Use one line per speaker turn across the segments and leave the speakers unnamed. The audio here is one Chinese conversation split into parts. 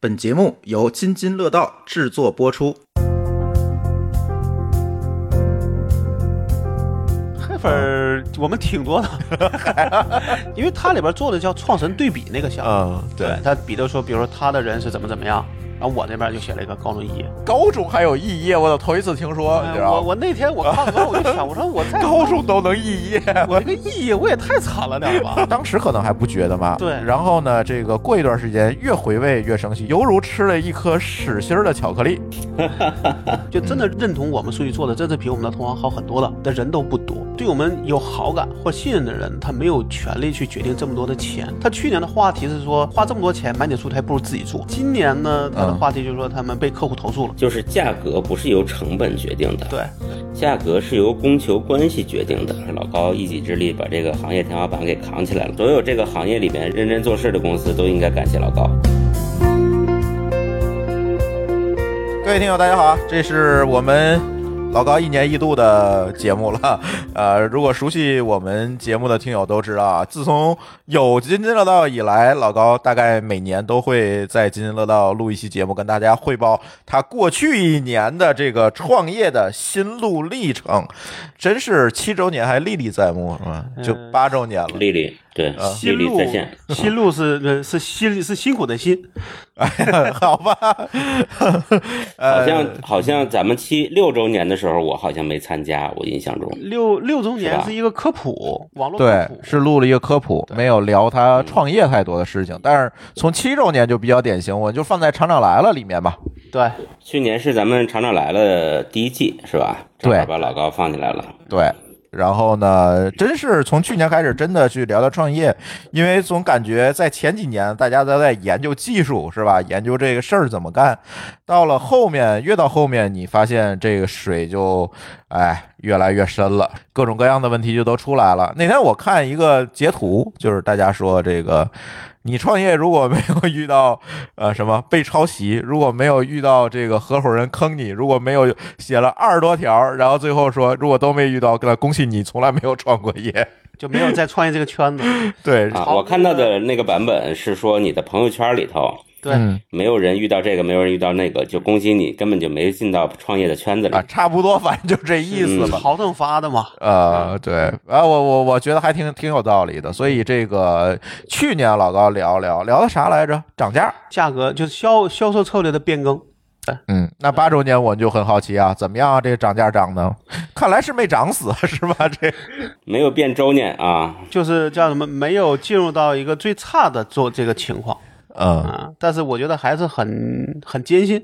本节目由津津乐道制作播出。
黑粉
嗯
儿我们挺多的，因为它里边做的 叫创神对比那个项目，
啊，
对，他比如说，比如说他的人是怎么怎么样，然后我那边就写了一个高中一，
高中还有异业，我头一次听说，你知
我
道吗？
我那天我看完我就想，我说哎我 在
哎啊高中都能异业，。
我这个意义我也太惨了点儿吧
当时可能还不觉得嘛。
对
然后呢，这个过一段时间越回味越生气，犹如吃了一颗屎心儿的巧克力。
就真的认同我们数据做的，真是比我们的同行好很多了，但人都不多。对我们有好感或信任的人，他没有权利去决定这么多的钱。他去年的话题是说花这么多钱买点素材不如自己做，今年呢他的
嗯
话题就是说他们被客户投诉了。
就是价格不是由成本决定的，
对，
价格是由供求关系决定的。老高一己之力把这个行业天花板给扛起来了。所有这个行业里面认真做事的公司都应该感谢老高。
各位听友，大家好啊！这是我们老高一年一度的节目了。 呃，如果熟悉我们节目的听友都知道啊，自从有津津乐道以来，老高大概每年都会在津津乐道录一期节目，跟大家汇报他过去一年的这个创业的心路历程。真是七周年还历历在目，是吧？就八周年了。
丽丽，对，丽
新
丽
路
在线。
新啊路是呃是辛是辛苦的辛，
好吧，
啊好像好像咱们七六周年的时候，我好像没参加，我印象中。
六六周
是
年
吧
是一个科普，网络科
对
普，嗯
是录了一个科普，没有聊他创业太多的事情。但是从七周年就比较典型，我就放在《厂长来了》里面吧。
对
去年是咱们《厂长来了》第一季是吧？
对
正好把老高放进来了。啊
对，然后呢，真是从去年开始，真的去聊聊创业，因为总感觉在前几年大家都在研究技术，是吧？研究这个事儿怎么干。到了后面，越到后面，你发现这个水就，哎，越来越深了，各种各样的问题就都出来了。那天我看一个截图，就是大家说这个。你创业如果没有遇到呃什么被抄袭，如果没有遇到这个合伙人坑你，如果没有写了二十多条，然后最后说如果都没遇到，那恭喜你从来没有创过业。
就没有再创业这个圈子。
对，
啊，
好
我看到的那个版本是说你的朋友圈里头
对，
嗯
没有人遇到这个，没有人遇到那个，就恭喜你根本就没进到创业的圈子里
啊，。差不多，反正就这意
嗯
思吧。
曹正发的嘛，
呃，对，啊，我我我觉得还挺挺有道理的。所以这个去年老高聊聊聊的啥来着？涨价。
价格就是销销售策略的变更。
嗯，那八周年我就很好奇啊，怎么样、啊、这个涨价涨的？看来是没涨死， 是吧？这
没有变周年啊，
就是叫什么没有进入到一个最差的做这个情况
嗯
啊，但是我觉得还是很很艰辛。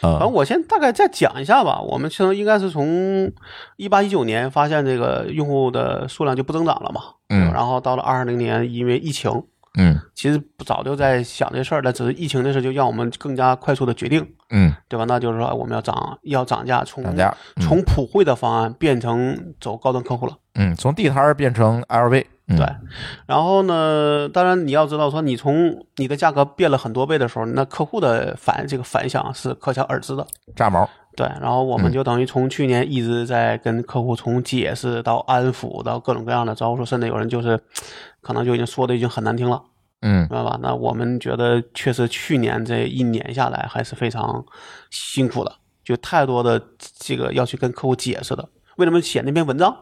反正
嗯
我先大概再讲一下吧。我们其实应该是从一八一九年发现这个用户的数量就不增长了嘛，
嗯
然后到了二零年，因为疫情，
嗯
其实早就在想这事儿，但只是疫情这事儿就让我们更加快速的决定，
嗯，
对吧？那就是说哎我们要涨，要涨价，从
涨价。嗯
从普惠的方案变成走高端客户了。
嗯，从地摊儿变成 LV，、嗯、
对，然后呢，当然你要知道说，你从你的价格变了很多倍的时候，那客户的反这个反响是可想而知的。
炸毛，
对，然后我们
嗯
就等于从去年一直在跟客户从解释到安抚到各种各样的招数，甚至有人就是可能就已经说的已经很难听了，
嗯
明白吧？那我们觉得确实去年这一年下来还是非常辛苦的，就太多的这个要去跟客户解释的。为什么写那篇文章？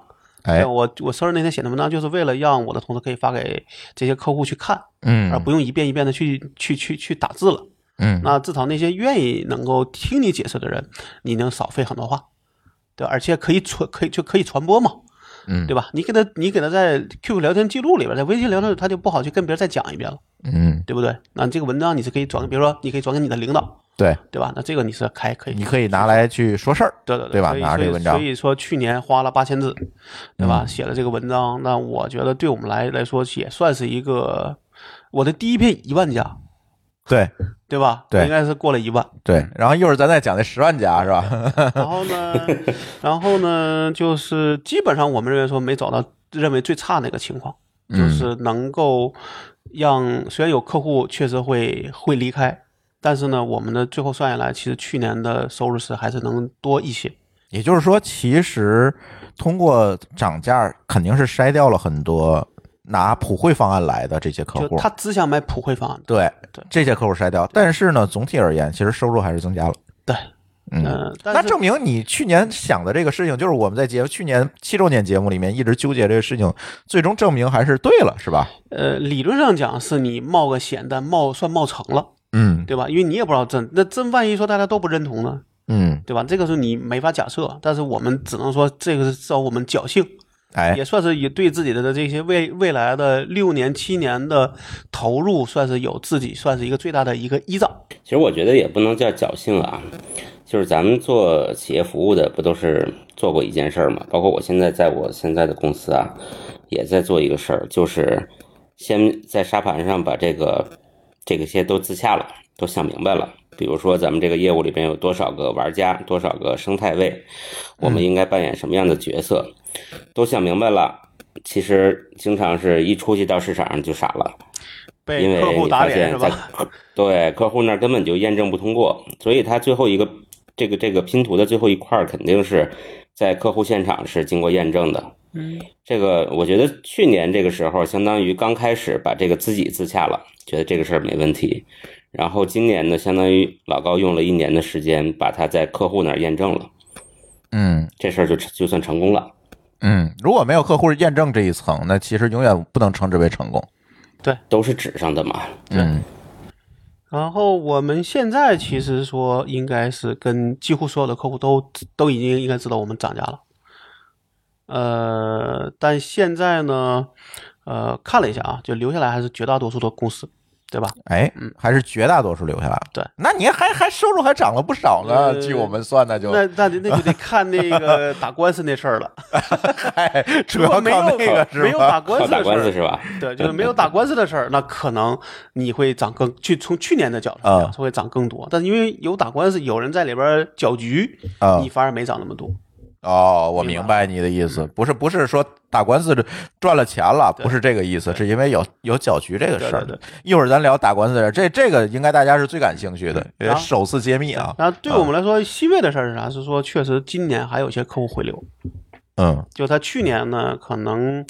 哎
对，我我生日那天写的文章，就是为了让我的同事可以发给这些客户去看，而
嗯
啊不用一遍一遍的去去去去打字了。
嗯，
那至少那些愿意能够听你解释的人，你能少费很多话，对吧，而且可以传，可以就可以传播嘛，
嗯
对吧？你给他，你给他在 QQ 聊天记录里边，在微信聊天，他就不好去跟别人再讲一遍了，
嗯，
对不对？那这个文章你是可以转，比如说你可以转给你的领导，
对，
对吧？那这个你是还可以
你可以拿来去说事儿，
对对
对吧
所以
拿
所
着
以
这个文章嗯
所以说去年花了八千字，对吧？写了这个文章，那我觉得对我们来来说也算是一个我的第一篇一万加，
对
对吧？
对
应该是过了一万。
对。然后一会儿咱再讲那十万家是吧？
然后呢，然后呢，就是基本上我们认为说没找到认为最差的一个情况，就
嗯
是能够让虽然有客户确实会会离开，但是呢，我们的最后算下来，其实去年的收入是还是能多一些。
也就是说，其实通过涨价肯定是筛掉了很多拿普惠方案来的这些客
就
户，
他只想买普惠方案的。
对
对
这些客户筛掉。但是呢，总体而言，其实收入还是增加了。
对，
嗯，
嗯，但
那
是
证明你去年想的这个事情，就是我们在节去年七周年节目里面一直纠结这个事情，最终证明还是对了，是吧？
呃，理论上讲是你冒个险，但冒算冒成了，
嗯
对吧？因为你也不知道真，那真万一说大家都不认同呢，
嗯，
对吧？这个是你没法假设，但是我们只能说这个是至少我们侥幸，
哎
也，算是也对自己的这些未未来的六年七年的投入，算是有自己算是一个最大的一个依仗。
其实我觉得也不能叫侥幸啊，就是咱们做企业服务的，不都是做过一件事儿嘛？包括我现在在我现在的公司啊，也在做一个事儿，就是先在沙盘上把这个这个些都自洽了，都想明白了。比如说，咱们这个业务里边有多少个玩家，多少个生态位，我们应该扮演什么样的角色，都想明白了。其实经常是一出去到市场上就傻了，因
被
为
客户
你
打
发
脸
现
是
在
吧？
对客户那儿根本就验证不通过，所以他最后一个这个这个拼图的最后一块儿肯定是在客户现场是经过验证的。
嗯，
这个我觉得去年这个时候，相当于刚开始把这个自己自洽了，觉得这个事儿没问题。然后今年呢，相当于老高用了一年的时间，把他在客户那儿验证了，
嗯
这事儿就就算成功了。
嗯，如果没有客户验证这一层，那其实永远不能称之为成功。
都是纸上的嘛，
嗯
然后我们现在其实说应该是跟几乎所有的客户都都已经应该知道我们涨价了，呃，但现在呢，呃，看了一下啊，就留下来还是绝大多数的公司，对吧？
哎，还是绝大多数留下来了。
嗯对，
那你还还收入还涨了不少呢。
呃
据我们算，那就
那那那就得看那 个打官司那事儿了，
嗨，主要靠
没有
那个是吧？
没有打官
靠
司
打
的事
官司
儿，
是吧？
对，就是没有打官司的事儿，那可能你会涨更，去从去年的角度上
啊
讲是会涨更多，但是因为有打官司，有人在里边儿搅局，
啊
你反而没涨那么多。
哦，我
明白嗯
明白你的意思，不是不是说打官司赚了钱了，不是这个意思，是因为有有搅局这个事儿
对对对。
一会儿咱聊打官司的事儿，这这个应该大家是最感兴趣的，
然后
首次揭秘啊。
然后对我们来说，欣慰的事儿是啥？是说确实今年还有一些客户回流，
嗯
就他去年呢，可能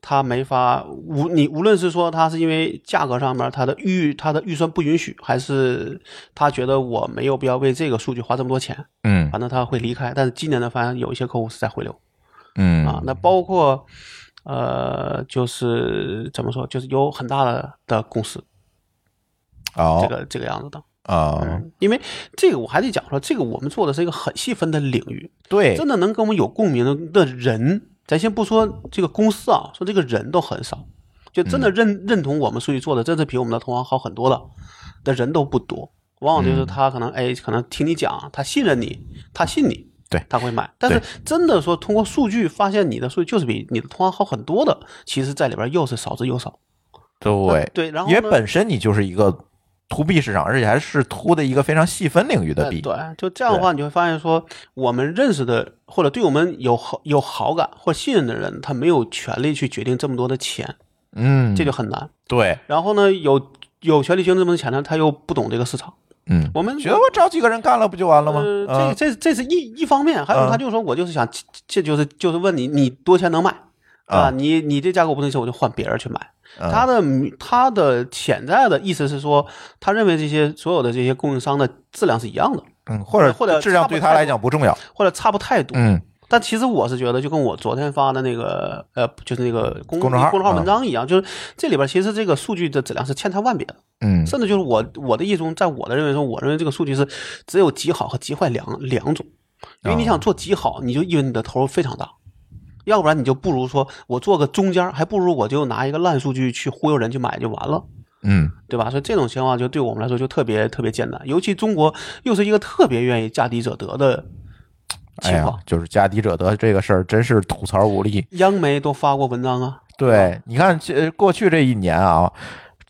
他没法无你无论是说他是因为价格上面他的预他的预算不允许，还是他觉得我没有必要为这个数据花这么多钱，
嗯
反正他会离开。但是今年呢，发现有一些客户是在回流
嗯
啊，那包括呃，就是怎么说，就是有很大的的公司这
哦
个这个样子的。
啊，
嗯，因为这个我还得讲说，这个我们做的是一个很细分的领域，
对
真的能跟我们有共鸣的的人，咱先不说这个公司啊，说这个人都很少，就真
嗯
的认、认同我们数据做的，真是比我们的同行好很多了的人都不多。往往
嗯
就是他可能、哎，可能听你讲，他信任你，他信你，
对
他会买。但是真的说通过数据发现你的数据就是比你的同行好很多的，其实在里边又是少之又少。
对
呃对然后
因为
呢
本身你就是一个 to B 市场，而且还是 to 的一个非常细分领域的
呃对
B。
对，就这样的话，你就会发现说，我们认识的或者对我们有好有好感或信任的人，他没有权利去决定这么多的钱，
嗯，
这就很难。
对，
然后呢，有有权利决定这么多钱呢，他又不懂这个市场。
嗯，
我们
觉得我找几个人干了不就完了吗？
呃，
嗯
这这这是一一方面，还有
嗯
他就说我就是想，这这就是就是问你，你多钱能买啊？
嗯
你你这价格我不能接受，我就换别人去买。
嗯
他的他的潜在的意思是说，他认为这些所有的这些供应商的质量是一样的，
嗯，或者
呃或者
质量对他来讲不重要。
或者差不太多。
嗯
但其实我是觉得，就跟我昨天发的那个呃，就是那个公
公众号啊
号文章一样，就是这里边其实这个数据的质量是千差万别的，
嗯
甚至就是我我的意中，在我的认为中，我认为这个数据是只有极好和极坏两两种，因为你想做极好，你就意味着你的投入非常大。要不然你就不如说我做个中间儿，还不如我就拿一个烂数据去忽悠人去买就完了，
嗯
对吧？所以这种情况就对我们来说就特别特别艰难，尤其中国又是一个特别愿意价低者得的
哎
情
呀
况。，
就是家底者得这个事儿，真是吐槽无力。
央媒都发过文章啊，
对，你看这过去这一年啊，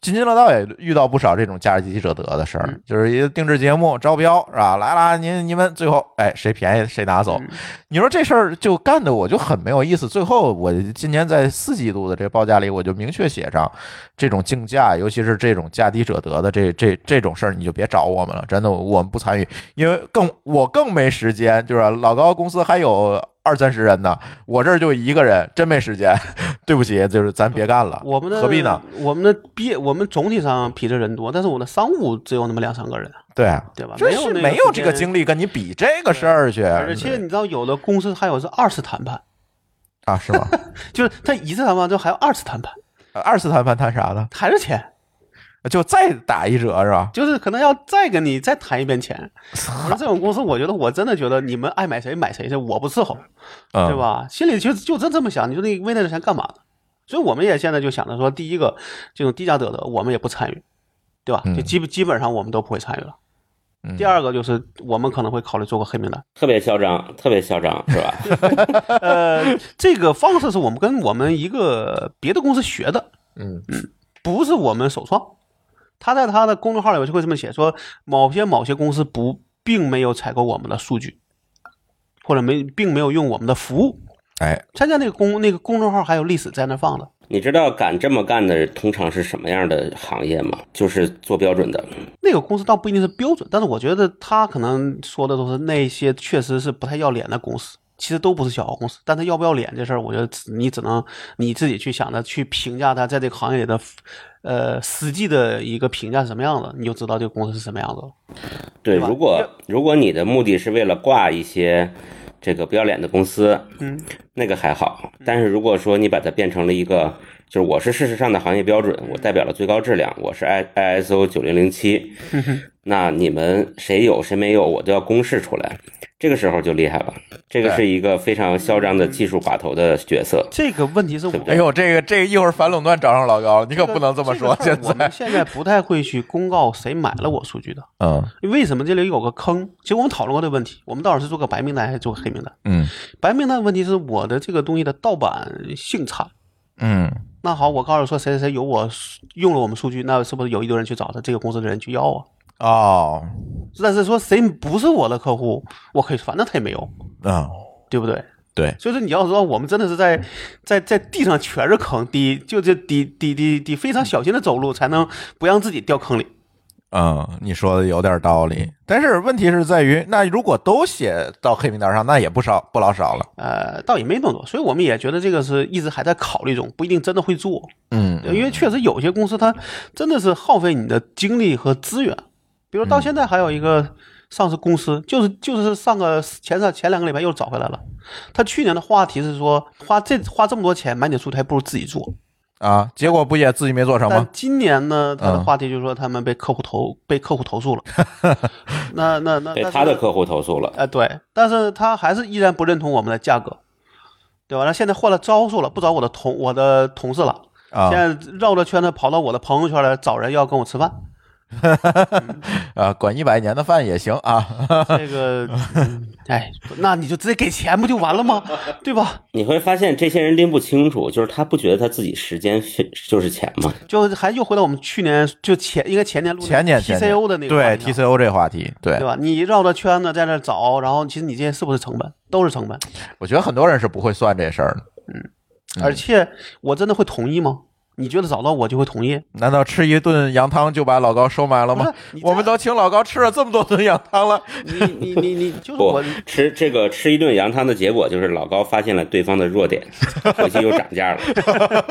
津津乐道也遇到不少这种家底者得的事
嗯
儿，就是一个定制节目招标是吧？来啦，您你们最后哎谁便宜谁拿走。
嗯
你说这事儿就干的我就很没有意思。最后我今年在四季度的这个报价里，我就明确写上这种竞价，尤其是这种价低者得的这这这种事儿，你就别找我们了，真的我们不参与，因为更我更没时间。就是老高公司还有二三十人呢，我这儿就一个人，真没时间。 对不起，就是咱别干了，
我们的
啊何必呢？？
我们的毕业，我们总体上啊比这人多，但是我的商务只有那么两三个人，
对啊，
对吧？
真
有
是
那
没有这个啊
时间。
精力跟你比这个事儿去，
而且你知道，有的公司还有是二次谈判，
啊，是吗？
就是他一次谈判之后还有二次谈判，
二次谈判谈啥呢？
还是钱，
就再打一折是吧？
就是可能要再跟你再谈一遍钱。我说这种公司，我觉得我真的觉得你们爱买谁买谁去，我不伺候。
嗯，
对？吧？心里就就真这么想，你说那为那点钱干嘛呢？所以我们也现在就想着说，第一个这种低价得得，我们也不参与，对吧？
嗯
就基本基本上我们都不会参与了。
嗯
第二个就是我们可能会考虑做个黑名单，
特别嚣张，特别嚣张，是吧？
呃，这个方式是我们跟我们一个别的公司学的，
嗯
不是我们首创。他在他的公众号里面就会这么写说，某些某些公司不并没有采购我们的数据，或者没并没有用我们的服务。
哎，
参加那个公那个公众号还有历史在那放的，
你知道敢这么干的通常是什么样的行业吗？就是做标准的，
那个公司倒不一定是标准，但是我觉得他可能说的都是那些确实是不太要脸的公司，其实都不是小公司，但他要不要脸这事儿，我觉得只你只能你自己去想着去评价他在这个行业里的，呃，实际的一个评价是什么样子，你就知道这个公司是什么样子了。
对，
对吧
如果如果你的目的是为了挂一些这个不要脸的公司，
嗯，
那个还好。但是如果说你把它变成了一个，就是我是事实上的行业标准，我代表了最高质量，我是 I ISO 九零零七，
嗯
那你们谁有谁没有，我都要公示出来。这个时候就厉害了，这个
对
是一个非常嚣张的技术寡头的角色。
这个问题是我。
哎呦，这个这个一会儿反垄断找上老高，你可
这
不能这么说。
这个事
现
儿我们
在，
现在不太会去公告谁买了我数据的，
嗯
为什么这里有个坑？其实我们讨论过这个问题，我们到底是做个白名单还是做个黑名单？
嗯
白名单的问题是我的这个东西的盗版性差。
嗯，
那好，我告诉说谁谁谁有我用了我们数据，那是不是有一堆人去找他这个公司的人去要啊？
哦，
但是说谁不是我的客户，我可以反正他也没有，
嗯，
对不对？
对，
所以说你要说我们真的是在在在地上全是坑，得就这得得得得非常小心的走路，才能不让自己掉坑里。
嗯，你说的有点道理，但是问题是在于，那如果都写到黑名单上，那也不少不老少了。
呃，倒也没那么多，所以我们也觉得这个是一直还在考虑中，不一定真的会做。
嗯
因为确实有些公司它真的是耗费你的精力和资源。比
嗯
如到现在还有一个上市公司，就是就是上个前上前两个礼拜又找回来了。他去年的话题是说，花这花这么多钱买点书，还不如自己做。
啊，结果不也自己没做成
但
吗？
今年呢，他的
嗯
话题就是说他们被客户投被客户投 诉了。那那那
被
但是
他的客户投诉了，
呃，对，但是他还是依然不认同我们的价格，对吧？那现在换了招数了，不找我的同我的同事了。
啊
现在绕着圈子跑到我的朋友圈来找人要跟我吃 饭，
啊，管一百年的饭也行啊。
这个，嗯哎，那你就直接给钱不就完了吗？对吧？
你会发现这些人拎不清楚，就是他不觉得他自己时间是就是钱嘛。
就还又回到我们去年就前应该前年录那个
前年前年
TCO 的那个话
对
题上
TCO 这话题，对
对吧？你绕着圈子在那找，然后其实你这些是不是成本？都是成本，
我觉得很多人是不会算这事儿的。嗯
而且我真的会同意吗？你觉得找到我就会同 意？
难道吃一顿羊汤就把老高收买了
不
吗
是你？这
我们都请老高吃了这么多顿羊汤了，
你你你你就是
不
我，
吃这个吃一顿羊汤的结果就是老高发现了对方的弱点，回去又涨价了。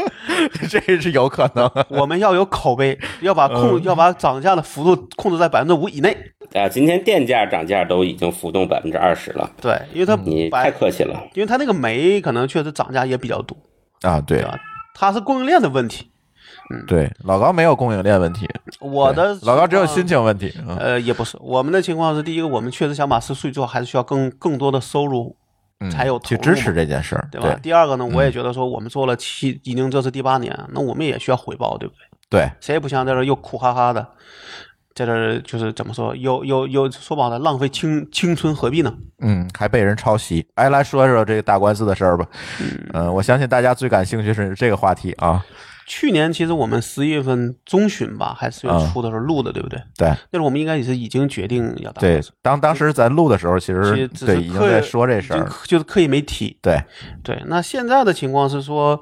这是有可能。啊
我们要有口碑，要把控
嗯
要把涨价的幅度控制在百分之五以内。
啊，今天电价涨价都已经浮动百分之二十了，
对，因为它
你
百
太客气了。
因为它那个煤可能确实涨价也比较多，
啊，对
对吧？它是供应链的问题，嗯
对，老高没有供应链问题，
我的
对老高只有
情况。
心情问题。嗯
呃，也不是，我们的情况是，第一个，我们确实想把数据做好，还是需要更更多的收入，
嗯
才有
去
投入
支持
嘛
这件事儿，
对吧？第二个呢，我也
嗯
觉得说，我们做了七，已经这是第八年，那我们也需要回报，对不对？
对
谁也不想在这儿又苦哈哈的，在这儿就是怎么说，又又又说不好的浪费青青春，何必呢？
嗯，还被人抄袭。哎，来说说这个打官司的事儿吧。嗯、我相信大家最感兴趣是这个话题啊。
去年其实我们十一月份中旬吧，还是月
嗯
初的时候录的，对不对？
对
那时候我们应该也是已经决定要打官
对
司，，
当当时咱录的时候，其
其实
实
只
对
是
已经
刻
在
意
说这事儿
就
了。
就是刻意没提。
对，
对，那现在的情况是说，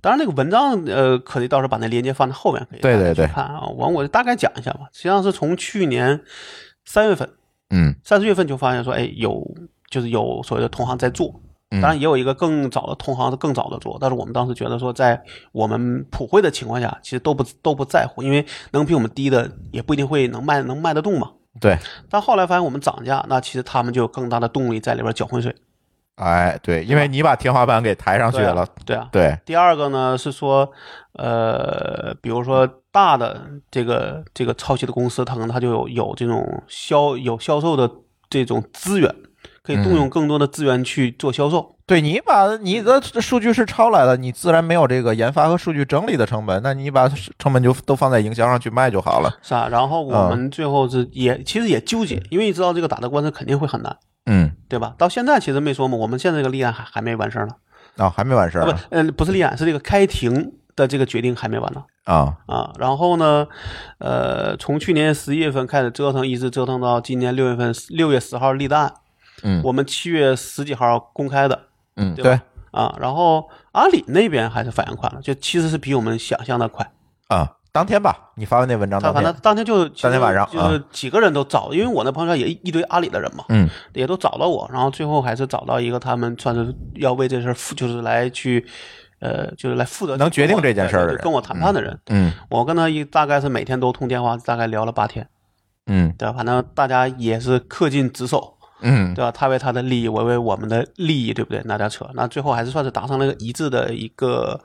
当然那个文章呃，可以到时候把那链接放在后面可以
对
大家
对对
去看啊。完我就大概讲一下吧。实际上是从去年三月份、
嗯
三四月份就发现说，哎，有就是有所谓的同行在做，
嗯
当然也有一个更早的同行更早的做，但是我们当时觉得说，在我们普惠的情况下，其实都不都不在乎，因为能比我们低的也不一定会能卖能卖得动嘛。
对，
但后来发现我们涨价，那其实他们就有更大的动力在里边搅浑水。
哎，对，因为你把天花板给抬上去
对啊
了，
对啊。
对，
第二个呢是说，呃，比如说大的这个这个抄袭的公司，它可能它就有有这种销有销售的这种资源，可以动用更多的资源去做销售。
对你把你的数据是抄来的，你自然没有这个研发和数据整理的成本，那你把成本就都放在营销上去卖就好了。
是啊，然后我们最后是也、其实也纠结，因为你知道这个打的官司肯定会很难，
嗯，
对吧？到现在其实没说嘛，我们现在这个立案还还没完事儿呢，
啊、还没完事
啊
儿
不，呃，不是立案，是这个开庭的这个决定还没完呢
啊
啊。然后呢，呃，从去年十一月份开始折腾，一直折腾到今年六月份，六月十号立的案，
嗯
我们七月十几号公开的
嗯，
对吧啊。然后阿里那边还是反应快了，就其实是比我们想象的快。
啊，当天吧，你发完那文章
他
啊当
反正
天，
当天就
当天晚上啊
就是几个人都找，因为我那朋友圈也一一堆阿里的人嘛，
嗯，
也都找到我，然后最后还是找到一个他们算是要为这事儿负，就是来去，呃，就是来负责
能决定
跟我
这件事儿的
对
人
跟我谈判的人，
嗯
我跟他一大概是每天都通电话，大概聊了八天，
嗯
对吧？反正大家也是恪尽职守，
嗯，
对吧？他为他的利益，我为我们的利益，对不对？那点扯，那最后还是算是达成了一个一致的一个，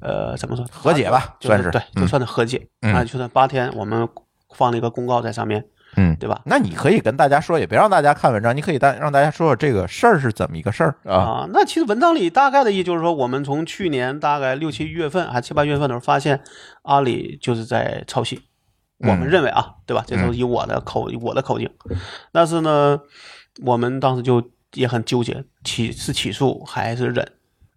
呃，怎么说
和解吧
就是
算是
对，
嗯
就算是和解。
嗯
那就算八天，我们放了一个公告在上面，
嗯
对吧？
那你可以跟大家说，也别让大家看文章，你可以大让大家说说这个事儿是怎么一个事儿啊。
啊，那其实文章里大概的意思就是说，我们从去年大概六七月份还七八月份的时候，发现阿里就是在抄袭，我们
嗯
认为啊，对吧？这都是以我的口、我的口径，但是呢，我们当时就也很纠结，起是起诉还是忍？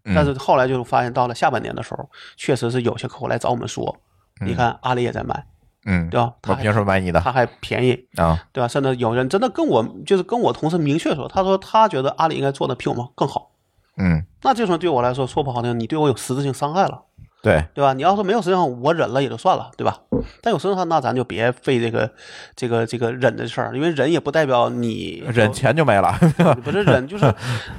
嗯
但是后来就发现，到了下半年的时候，确实是有些客户来找我们说，你看阿里也在卖，
嗯，
对吧？
我
他
凭
还
什么买你的
他还便宜，
啊？
对吧？甚至有人真的跟我就是跟我同事明确说，他说他觉得阿里应该做的比我们更好。
嗯，
那这时候对我来说，说不好听，你对我有实质性伤害了，
对，
对吧？你要是没有实质上，我忍了也就算了，对吧？但有实质上，那咱就别费这个、这个、这个忍的事儿，因为忍也不代表你
忍钱就没了。
不是忍， 就是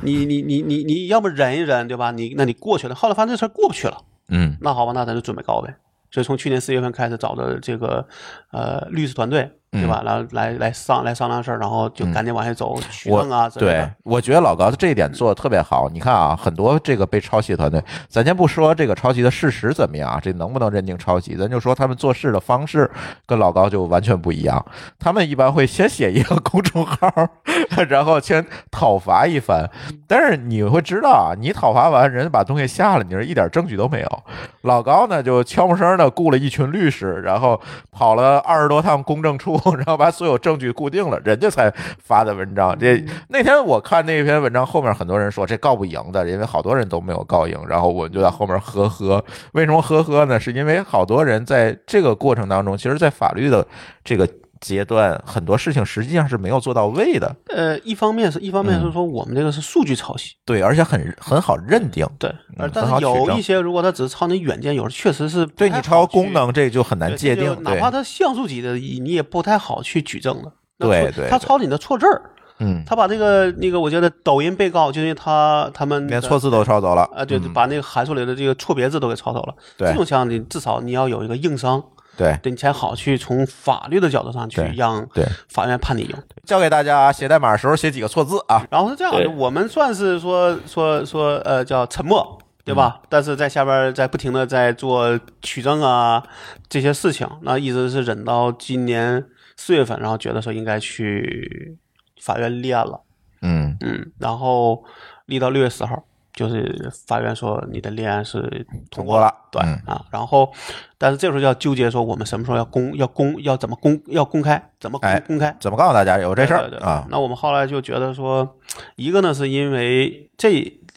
你你你你你要么忍一忍，对吧？你那你过去了，后来发现这事儿过不去了，
嗯
那好吧，那咱就准备告呗。所以从去年四月份开始找的这个呃律师团队，对
嗯
吧？然后来来商来商量事儿，然后就赶紧往下走，取证啊之类
对
的。，
我觉得老高这一点做的特别好。你看啊，很多这个被抄袭的团队，咱先不说这个抄袭的事实怎么样啊，这能不能认定抄袭，咱就说他们做事的方式跟老高就完全不一样。他们一般会先写一个公众号， 然后先讨伐一番。但是你会知道啊，你讨伐完人家把东西下了，你是一点证据都没有。老高呢就悄无声的雇了一群律师，然后跑了二十多趟公证处， 然后把所有证据固定了，人家才发的文章。
嗯
这那天我看那篇文章，后面很多人说这告不赢的，因为好多人都没有告赢。然后我就在后面呵呵，为什么呵呵呢？是因为好多人在这个过程当中，其实，在法律的这个阶段，很多事情实际上是没有做到位的。
呃，一方面是一方面是
嗯
说我们这个是数据抄袭，
对，而且很很好认定。
对，而
嗯
但
很好
是
取
有
证
一些，如果它只是抄你软件，有时确实是不
对
太
你
哎好
超
去
功，能这就很难
对
界
这就
定，
哪
对
怕，它像素级的，你也不太好去举证了。那
对
错
对
他
对
抄你的错字儿，
嗯，
他把那个那个，我觉得抖音被告就因为他他们
连
的
错字都抄走了
嗯啊，对，
嗯
把那个函数里的这个错别字都给抄走了。
对
这种情况你至少你要有一个硬伤，
对
对你才好去从法律的角度上去
对
让
对，
法院判你赢。
教给大家写代码的时候写几个错字啊，
然后是这样
对
的，我们算是说说说呃叫沉默，对吧？但是在下边儿在不停的在做取证啊这些事情，那一直是忍到今年四月份，然后觉得说应该去法院立案了，
嗯
嗯，然后立到六月十号，就是法院说你的立案是
通
通
过
过
了
对、
嗯
啊，然后但是这时候就要纠结说我们什么时候要公要公要怎么公要公开怎么公、
哎
公开，
怎么告诉大家有这事
对
儿
对对
啊？
那我们后来就觉得说，一个呢是因为这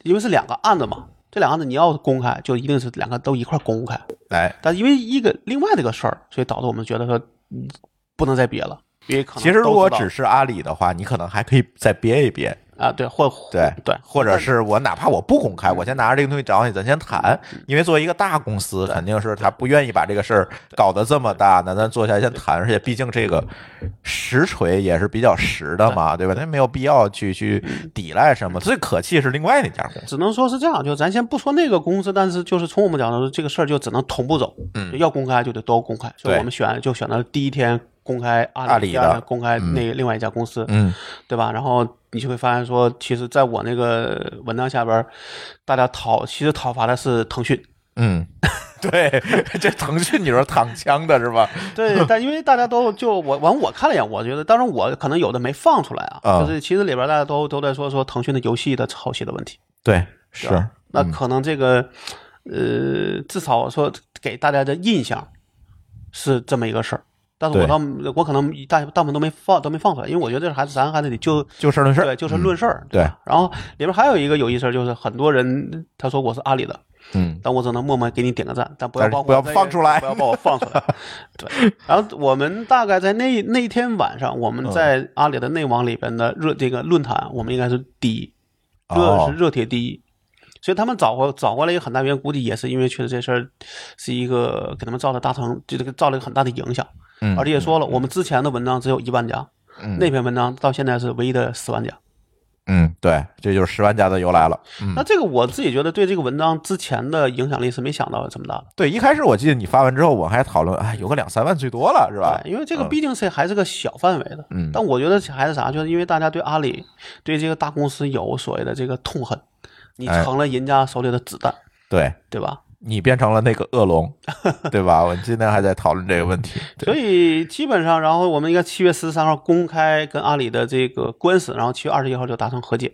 因为是两个案子嘛，这两个案子你要公开，就一定是两个都一块儿公开。
哎，
但因为一个另外这个事儿，所以导致我们觉得说，嗯不能再憋了，因为可能
其实如
都
果
知道
只是阿里的话，你可能还可以再憋一憋，
啊，对，或嗯
对
对，
或者是我哪怕我不公开，我先拿着这个东西找你，咱先谈，
嗯
因为作为一个大公司，肯定是他不愿意把这个事儿搞得这么大，那咱坐下来先谈，而且毕竟这个实锤也是比较实的嘛，对吧？那没有必要去去
嗯
抵赖什么。最可气是另外那家公司，
只能说是这样，就咱先不说那个公司，但是就是从我们角度，这个事儿就只能同步走，
嗯
就要公开就得都公开，所以
对
我们选就选了第一天公开阿
阿
里，
里
第二天
的
公开那另外一家公司，
嗯
对吧？然后你就会发现说，其实在我那个文章下边儿，大家讨其实讨伐的是腾讯，
嗯， 对，这腾讯你说躺枪的是吧？
对，但因为大家都就我完我看了一眼，我觉得当然我可能有的没放出来啊，
啊
就是其实里边儿大家都都在说说腾讯的游戏的抄袭的问题，
对，是
吧那
嗯
可能这个呃，至少说给大家的印象是这么一个事儿。但是我
对
倒我可能大大部分都没放都没放出来，因为我觉得这还是咱还得就
就事论事，
对就事论事儿、
嗯对，
然后里边还有一个有意思儿，就是很多人他说我是阿里的，
嗯，
但我只能默默给你点个赞，但不要
但是
把我
不要
在
放出来
不要把我放出来。 对，然后我们大概在那那天晚上，我
嗯
们在阿里的内网里边的热这个论坛，我们应该是第一，热
哦
是热帖第一。所以他们找回找回来一个很大原因，估计也是因为确实这事儿是一个给他们造了大成，就这个造了一个很大的影响。
嗯
而且也说了，我们之前的文章只有一万加，
嗯
那篇文章到现在是唯一的十万加。
嗯，对，这就是十万加的由来了。
那这个我自己觉得对这个文章之前的影响力是没想到有这么大的。
对，一开始我记得你发完之后，我还讨论，哎，有个两三万最多了，是吧？
对，哎因为这个
嗯
毕竟是还是个小范围的，
嗯
但我觉得还是啥，就是因为大家对阿里、对这个大公司有所谓的这个痛恨，你
哎
成了人家手里的子弹，
对
对吧？
你变成了那个恶 龙，对吧？我们今天还在讨论这个问题。对
所以基本上，然后我们应该七月十三号公开跟阿里的这个官司，然后七月二十一号就达成和解，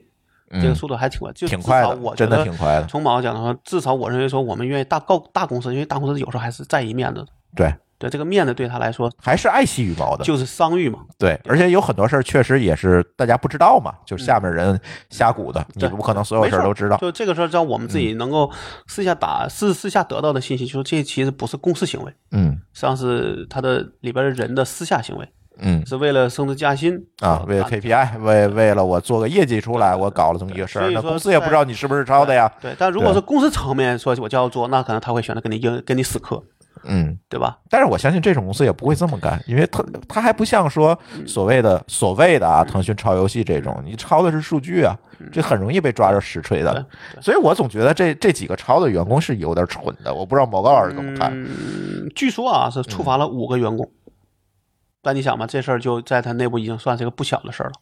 这个
嗯
速度还挺快，就
挺快
至少我
的，
觉
真
得
的挺快的。
从某个角度上，至少我认为说，我们愿意大告大公司，因为大公司有时候还是在意面子的，
对，
对这个面子对他来说
还是爱惜羽毛的。
就是商誉嘛。
对，而且有很多事儿确实也是大家不知道嘛，就是下面人瞎鼓的，
嗯
你
对
不可能所有事儿都知道。嗯
就这个事儿，让我们自己能够私下打、私私下得到的信息，就是这其实不是公司行为，
嗯
实际上是他的里边的人的私下行为，
嗯
是为了升职加薪
啊，为了 KPI，为为了我做个业绩出来，我搞了这么一个事
所
儿，
以
那
说
公司也不知道你是不是抄的呀。
对，但如果
对
是公司层面说我就要做，那可能他会选择跟你硬跟你死磕，
嗯，
对吧？
但是我相信这种公司也不会这么干，因为它它还不像说
嗯
所谓的所谓的啊，腾讯抄游戏这种，你抄的是数据啊，
嗯
这很容易被抓着实锤的。所以我总觉得这这几个抄的员工是有点蠢的，我不知道毛高老师怎么看。
嗯，据说啊是处罚了
嗯
五个员工，但你想吧，这事儿就在他内部已经算是一个不小的事儿了，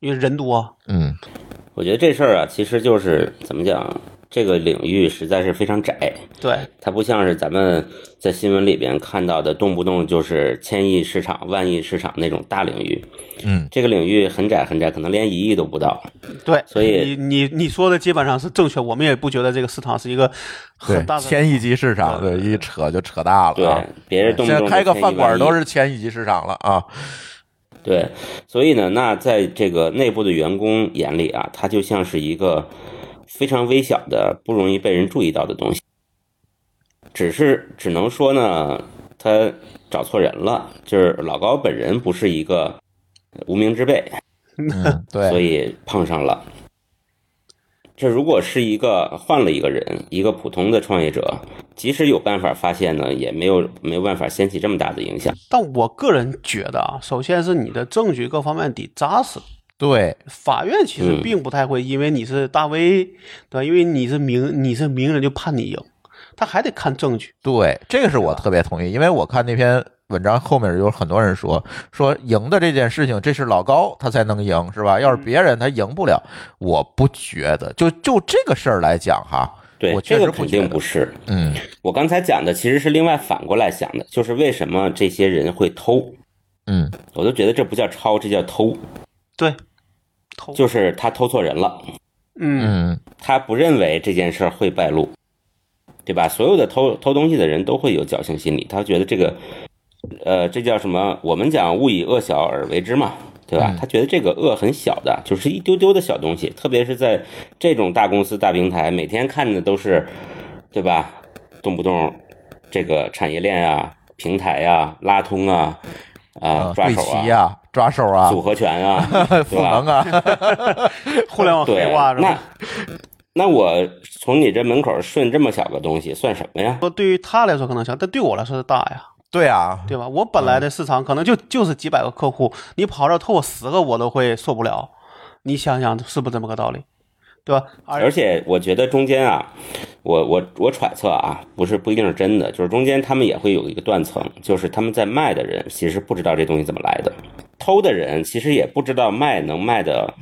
因为人多啊，
嗯
我觉得这事儿啊，其实就是怎么讲，这个领域实在是非常窄，
对
它不像是咱们在新闻里边看到的，动不动就是千亿市场、万亿市场那种大领域。
嗯，
这个领域很窄很窄，可能连一亿都不到。
对，
所
你
以
你你说的基本上是正确，我们也不觉得这个市场是一个很
对
大，的
千亿级市场，对，一扯就扯大了
对，
啊。
哎别人动
现
不
在
动
开个
就千
饭
亿
馆
万亿
都是千亿级市场了 啊。
对，所以呢，那在这个内部的员工眼里啊，它就像是一个非常微小的、不容易被人注意到的东西，只是只能说呢，他找错人了，就是老高本人不是一个无名之辈，
嗯，
所
对，
以碰上了。这如果是一个换了一个人，一个普通的创业者，即使有办法发现呢，也没有没有办法掀起这么大的影响。
但我个人觉得啊，首先是你的证据各方面得扎实。
对，
法院其
嗯
实并不太会，因为你是大 V，、对吧？因为你是名你是名人就判你赢，他还得看证据。
对，这个是我特别同意，因为我看那篇文章后面有很多人说说赢的这件事情，这是老高他才能赢，是吧？要是别人他赢不了，我不觉得。就就这个事儿来讲哈，
对
我，
这
确
个
实
肯
不觉得。
定不是。
嗯，
我刚才讲的其实是另外反过来想的，就是为什么这些人会偷，
嗯，
我都觉得这不叫抄，这叫偷，
对，偷，
就是他偷错人了，
嗯，
嗯，
他不认为这件事儿会败露，对吧？所有的偷偷东西的人都会有侥幸心理，他觉得这个，呃，这叫什么？我们讲勿以恶小而为之嘛。对
嗯
吧？他觉得这个恶很小的，就是一丢丢的小东西，特别是在这种大公司、大平台，每天看的都是，对吧？动不动这个产业链啊、平台啊、拉通啊，啊，抓
对
手
齐啊，抓手啊，
组合拳 啊，对
赋
吧
能？啊，
互联网
嗯对
黑化，是
那
吧？
那我从你这门口顺这么小个东西算什么呀？
说对于他来说可能小，但对我来说是大呀，
对啊，
对吧？我本来的市场可能就就是几百个客户，你跑这儿偷我十个我都会受不了，你想想是不是这么个道理，对吧？而
而且我觉得中间啊，我我我揣测啊，不是不一定是真的，就是中间他们也会有一个断层，就是他们在卖的人其实不知道这东西怎么来的，偷的人其实也不知道卖能卖的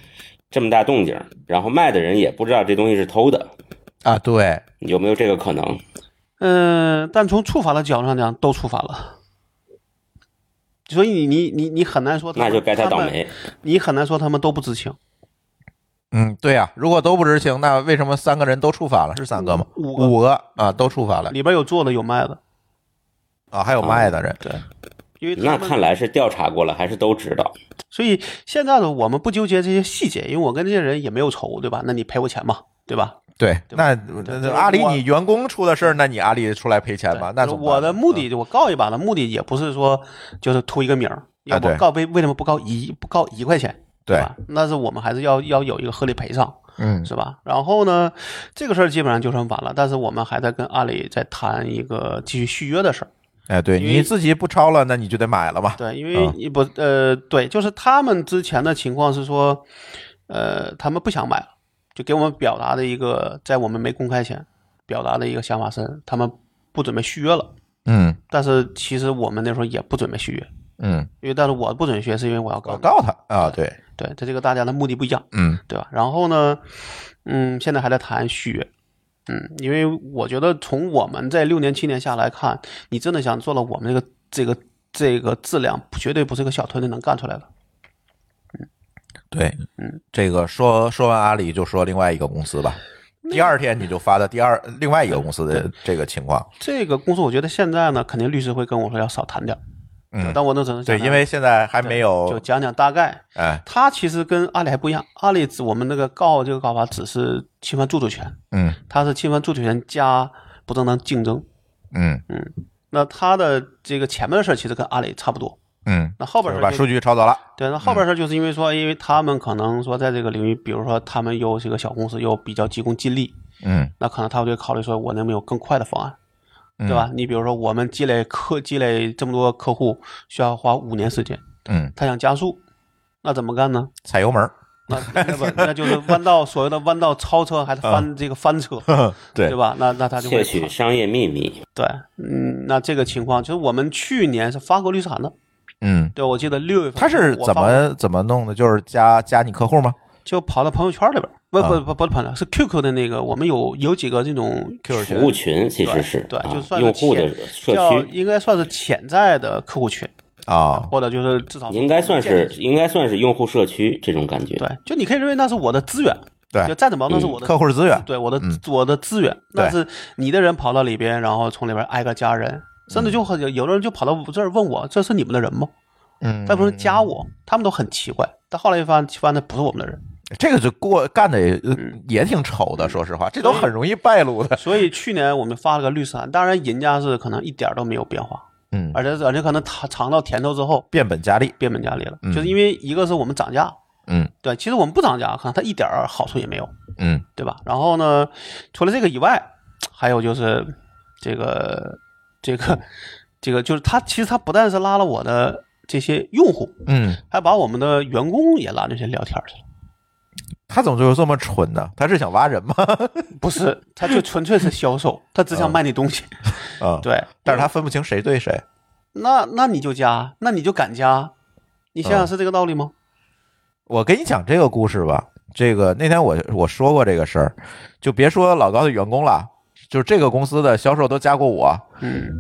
这么大动静，然后卖的人也不知道这东西是偷的，
啊，对，
有没有这个可能？
嗯，但从触发的角度上讲，都触发了。所以你你你你很难说他
那
们，
就该他倒
们
霉。
你很难说他们都不知情，
嗯，对啊，如果都不知情，那为什么三个人都触发了？是三个吗？
五个
五个啊，都触发了
里边有做的有卖的，
啊，还有卖的人，对，
因为
那
他们
看来是调查过了，还是都知道。
所以现在的我们不纠结这些细节，因为我跟这些人也没有仇，对吧？那你赔我钱嘛，对吧？
对，
对
那
吧
那
对
那
我
阿里你员工出了事儿，那你阿里出来赔钱吧？那
对
怎么办嗯
我的目的，我告一把的目的也不是说就是图一个名儿，要不
啊对
告为为什么不告一不告一块钱？
对，
吧？那是我们还是要要有一个合理赔偿，
嗯
是吧？然后呢，这个事儿基本上就算完了，但是我们还在跟阿里在谈一个继续续约的事儿。
哎，对
因为
你自己不抄了，那你就得买了嘛。
对，因为
啊
你不呃，对，就是他们之前的情况是说，呃，他们不想买了，就给我们表达的一个，在我们没公开前表达的一个想法是，他们不准备续约了。
嗯
但是其实我们那时候也不准备续约，
嗯，
因为但是我不准续约是因为我要告
我
你，
告他啊，对，
对，这这个大家的目的不一样，
嗯
对吧？然后呢，嗯，现在还在谈续约。嗯，因为我觉得从我们这六年七年下来看，你真的想做到我们这个这个这个质量，绝对不是一个小团队能干出来的。
对，嗯，这个说说完阿里，就说另外一个公司吧。第二天你就发的第二另外一个公司的这个情况，
这个公司，我觉得现在呢，肯定律师会跟我说要少谈点儿，
嗯，
但我能只能
对，
讲
因为现在还
对
没
就
有，
讲讲大概。
哎，
它其实跟阿里还不一样，阿里只我们那个告这个告法只是侵犯著作权，
嗯
它是侵犯著作权加不正当竞争。
嗯
那它的这个前面的事儿其实跟阿里差不多，
嗯，
那后
就
边
是
儿
把
事儿
数
就
据抄走了，
对，那
嗯
后边儿事儿就是因为说，因为他们可能说在这个领域，比如说他们又是一个小公司，又比较急功近利，
嗯，
那可能他们就会考虑说，我能不能有更快的方案，对
嗯
吧？你比如说，我们积累客积累这么多客户，需要花五年时间，
嗯，
他想加速，那怎么干呢？
踩油门儿，
那 那不那就是弯道所谓的弯道超车，还是
啊
翻这个翻 车，对吧？那那他就
窃
会
取
跑
商业秘密，
对，嗯，那这个情况就是我们去年是发过律师函的，
嗯，
对，我记得六月份
他是
我
怎
发过
么怎么弄的？就是加加你客户吗？
就跑到朋友圈里边儿，不
啊
不不不是朋友，是 QQ 的那个，我们有有几个这种 QQ
服务群其实
对
是
对
啊
就算是
用户的社
叫
区，
应该算是潜在的客户群，
啊，
或者就是至少
应该算
建立
是应该算是用户社区这种感觉。
对，就你可以认为那是我的资源，
对
就再怎么着那是
嗯
我的
客户资源，
对我的、
嗯
我的资源，
对
那是你的人跑到里边，然后从里边挨个加人，甚至就很有有的人就跑到我这儿问我，这是你们的人吗？
嗯
再不是加我，他们都很奇怪。但后来一发现，发现不是我们的人，
这个就过干的也呃也挺丑的，说实话，这都很容易败露的。
所以去年我们发了个绿伞，当然人家是可能一点儿都没有变化，
嗯，
而且是而且可能尝尝到甜头之后
变本加厉。
变本加厉了
嗯，
就是因为一个是我们涨价，
嗯
对，其实我们不涨价，可能它一点儿好处也没有，
嗯
对吧？然后呢，除了这个以外，还有就是这个这个 这个，就是他其实他不但是拉了我的这些用户，
嗯，
还把我们的员工也拉进去聊天去了。
他怎么就这么蠢呢？他是想挖人吗？
不是，他就纯粹是销售，他只想卖你东西。
啊，，
对，
嗯但是他分不清谁对谁。
那那你就加，那你就敢加，你
嗯
想想是这个道理吗？
我跟你讲这个故事吧，这个那天我我说过这个事儿，就别说老高的员工了，就是这个公司的销售都加过我，
嗯，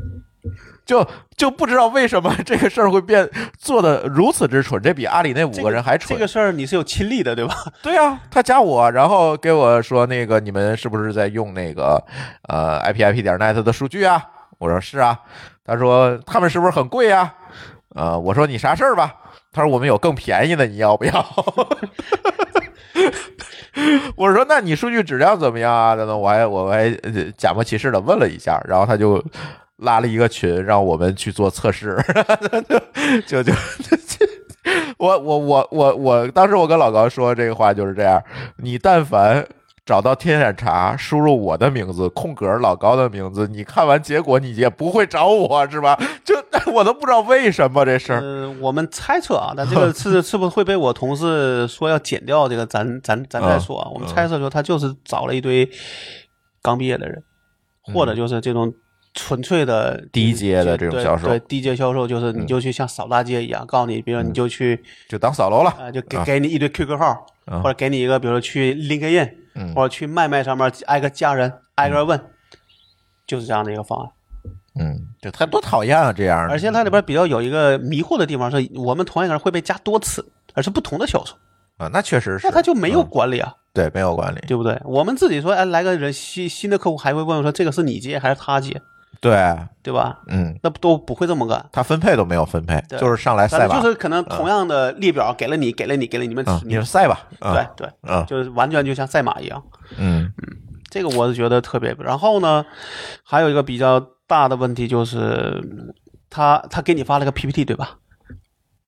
就就不知道为什么这个事儿会变做的如此之蠢，这比阿里那五
这
个人还蠢。
这个事儿你是有亲历的，对吧？
对啊，他加我，然后给我说那个你们是不是在用那个呃 ipip 点 net 的数据啊？我说是啊。他说他们是不是很贵啊？呃，我说你啥事儿吧？他说我们有更便宜的，你要不要？ 我说那你数据质量怎么样啊？等等，我还我还呃假模其式的问了一下，然后他就拉了一个群，让我们去做测试， 就 就就。我我我我我，当时我跟老高说这个话就是这样，你但凡找到天眼查，输入我的名字，空格老高的名字，你看完结果你也不会找我是吧？就 我都不知道为什么这事儿。
呃，我们猜测啊，但这个是是不是会被我同事说要剪掉？这个咱咱咱再说啊。
嗯
我们猜测说他就是找了一堆刚毕业的人，或者就是这种纯粹的
嗯低阶的这种
对
销售嗯
对低阶销售就是你就去像扫大街一样，告诉你，比如说你就去
就当扫楼了。
啊，就给
啊
给你一堆 QQ 号，
啊
或者给你一个，比如说去 LinkedIn，、
嗯
或者去麦麦上面挨个加人，挨个问，就是这样的一个方案。
嗯，就他多讨厌啊，这样的。
而且它里边比较有一个迷惑的地方是，我们同一个人会被加多次，而是不同的销售，
啊，那确实是，嗯
那他就没有管理啊，
对没有管理。
对不对？我们自己说，哎，来个人新新的客户还会问说这个是你接还是他接，
对，
对吧？
嗯，
那不都不会这么干。
他分配都没有分配，
对
就是上来赛
咱
吧，
们就是可能同样的列表给了你，给了你，给了你们，
嗯，你
你
们赛吧，嗯
对对，
嗯
就是完全就像赛马一样。
嗯
这个我是觉得特别。然后呢，还有一个比较大的问题就是，嗯他他给你发了个 PPT 对吧？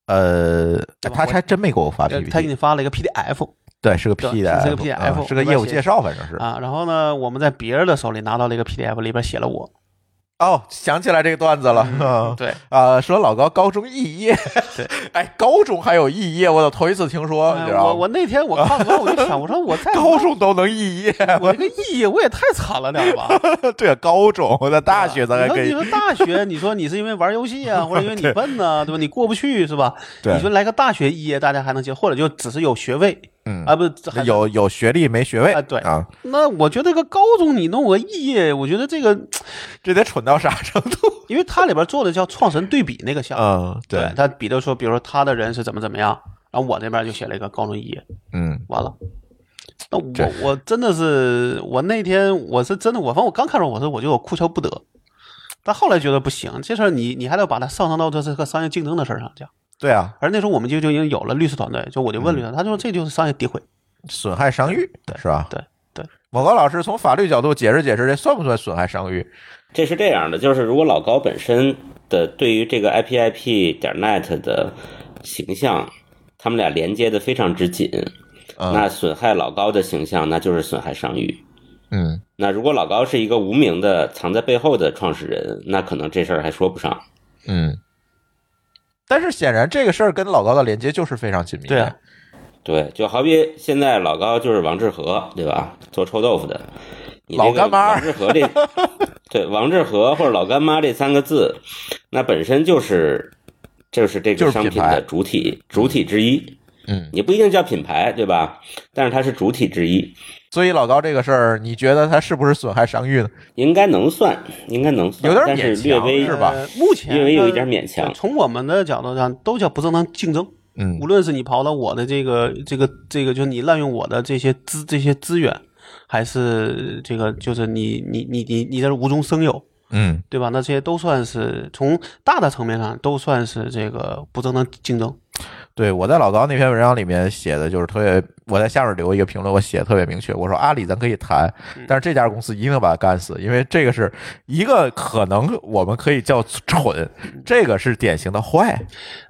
呃，
对吧
他还真没给我发
呃他给
PPT，
你发了一个 PDF
对，是个
对
P 的，
是个 P 的
嗯
F，
是个业务介绍，反正是。
啊，然后呢，我们在别人的手里拿到了一个 PDF，里边写了我。
哦，想起来这个段子了，嗯
对，
啊，说老高高中肄业，
对，
哎，高中还有肄业，我头一次听说，你
哎
知
我
道吗
我？那天我看完我就想，我说我在
啊 高中都能肄业，
我这个意义我也太惨了点儿吧？
对，高中我在 大学咱还可
你
以
说，你说大学，你说你是因为玩游戏 啊，或者因为你笨呐、对吧？你过不去是吧？
对
你说来个大学肄业，大家还能接，或者就只是有学位
嗯，
啊，不是还
有有学历没学位
啊对
啊，
那我觉得一个高中你弄个肄业，我觉得这个，
这得蠢到啥程度？
因为它里边做的叫创神对比那个项目，
嗯，
对，，他比如说，比如说他的人是怎么怎么样，然后我这边就写了一个高中肄业，
嗯。
完了。那
这
我我真的是，我那天我是真的，我反正我刚开始我说我就我哭笑不得，但后来觉得不行，这事儿你你还得把它上升到这是个商业竞争的事儿上讲。
对啊，
而那时候我们就就已经有了律师团队，就我就问律
嗯
师，他就说这就是商业诋毁，
损害商誉，
对
是吧？
对对，
某高老师从法律角度解释解释，这算不算损害商誉？
这是这样的，就是如果老高本身的对于这个 IPIP 点 net 的形象，他们俩连接的非常之紧，
嗯
那损害老高的形象，那就是损害商誉。
嗯，
那如果老高是一个无名的藏在背后的创始人，那可能这事儿还说不上。
嗯。但是显然这个事儿跟老高的连接就是非常紧密的。
对啊
对，就好比现在老高就是王致和，对吧？做臭豆腐的，你这
老
个
干妈儿
王致和这，对王致和或者老干妈这三个字，那本身就是就是这
就
个
是
商
品
品
牌
的主体主体之一。
嗯，
你不一定叫品牌，对吧？但是它是主体之一，
所以老高这个事儿，你觉得他是不是损害商誉呢？
应该能算，应该能算，
有点
但是
勉强
略微
是吧
呃目前
略微有一
呢
点勉强
对。从我们的角度上，都叫不正当竞争。
嗯
无论是你跑到我的这个这个这个，就是你滥用我的这些资这些资源，还是这个就是你你你你你在这无中生有，
嗯
对吧？那这些都算是从大的层面上都算是这个不正当竞争。
对，我在老高那篇文章里面写的就是特别，我在下面留一个评论，我写的特别明确，我说阿里咱可以谈，
嗯
但是这家公司一定要把它干死，因为这个是一个可能我们可以叫蠢，
嗯
这个是典型的坏，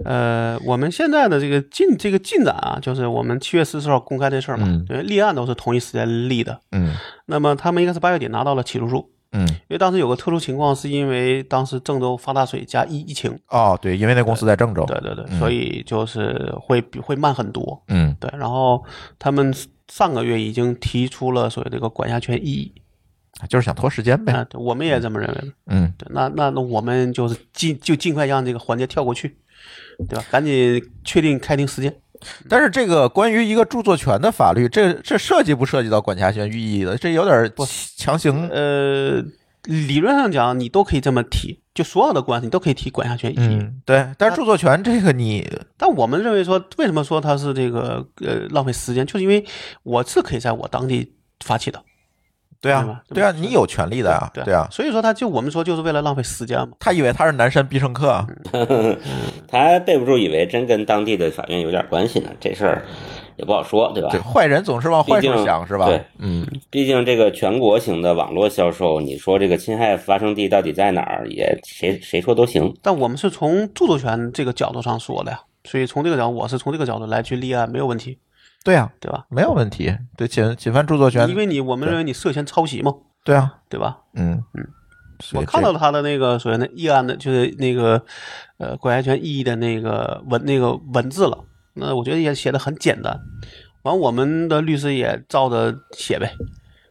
呃，我们现在的这个进这个进展啊，就是我们七月十四号公开这事儿嘛，
嗯
因为立案都是同一时间立的。
嗯
那么他们应该是八月底拿到了起诉书，
嗯，
因为当时有个特殊情况，是因为当时郑州发大水加疫疫情，
哦对，因为那公司在郑州，
对对对，
嗯
所以就是会比会慢很多。
嗯
对，然后他们上个月已经提出了所谓的一个管辖权异议，
就是想拖时间呗，
啊，对我们也这么认为嘛。
嗯，
对，那那那我们就是尽就尽快让这个环节跳过去，对吧？赶紧确定开庭时间。
但是这个关于一个著作权的法律，这这涉及不涉及到管辖权异议的？这有点强行，
呃，理论上讲，你都可以这么提，就所有的官司你都可以提管辖权异议。
嗯，对，但是著作权这个你，
但我们认为说，为什么说它是这个呃浪费时间，就是因为我是可以在我当地发起的，对
对啊
吧，
对啊，你有权利的呀，
对
对啊，
所以说他就我们说就是为了浪费时间嘛。
他以为他是南山必胜
嗯
客，啊
他备不住以为真跟当地的法院有点关系呢。这事儿也不好说，对吧？
对，坏人总是往啊坏
毕
处
竟
想，是吧？
对，
嗯，
毕竟这个全国型的网络销售，你说这个侵害发生地到底在哪儿，也谁谁说都行。
但我们是从著作权这个角度上说的呀，所以从这个角度，我是从这个角度来去立案，没有问题，
对啊，
对吧？
没有问题，对侵侵犯著作权
因，为你我们认为你涉嫌抄袭嘛，
对啊，
对吧？
嗯嗯，所
我
以
看
这
到他的那个所谓的议案的，就是那个呃管辖权异议的那个文那个文字了，那我觉得也写的很简单。完，我们的律师也照着写呗，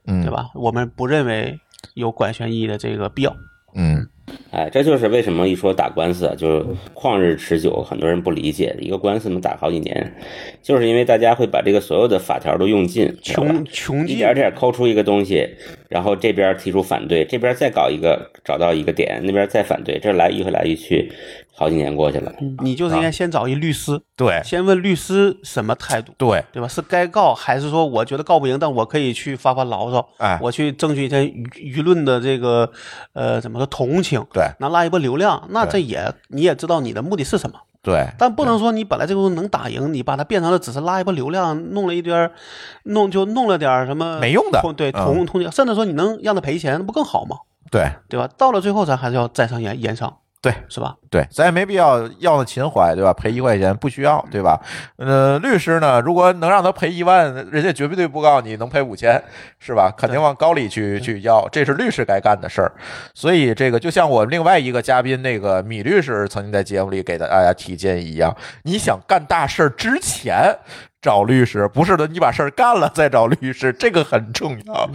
嗯
对吧？我们不认为有管辖权异议的这个必要。
嗯
哎，这就是为什么一说打官司啊，就是旷日持久，很多人不理解，一个官司能打好几年，就是因为大家会把这个所有的法条都用尽，对吧
穷穷
一
尽
点点抠出一个东西，然后这边提出反对，这边再搞一个，找到一个点，那边再反对，这来一回来一去，好几年过去 了。
你就是应该先找一律师，
啊对
先问律师什么态度，
对，
对吧？是该告还是说我觉得告不赢，但我可以去发发牢骚，
哎
我去争取一些舆舆论的这个呃怎么说同情，
对
能拉一波流量，那
对
这也你也知道你的目的是什么，
对，
但不能说你本来这个东西能打赢，你把它变成了只是拉一波流量，弄了一堆儿，弄就弄了点儿什么
没用的
同对
嗯
同同情，甚至说你能让他赔钱，那不更好吗？
对
对吧？到了最后，咱还是要再上言言商，
对，
是吧？
对，咱也没必要要那秦淮，对吧？赔一块钱不需要，对吧？呃，律师呢，如果能让他赔一万，人家绝对不告你能赔五千，是吧？肯定往高里去去要，这是律师该干的事儿。所以这个就像我另外一个嘉宾那个米律师曾经在节目里给大家提建议一样，你想干大事儿之前。找律师不是的，你把事儿干了再找律师，这个很重要。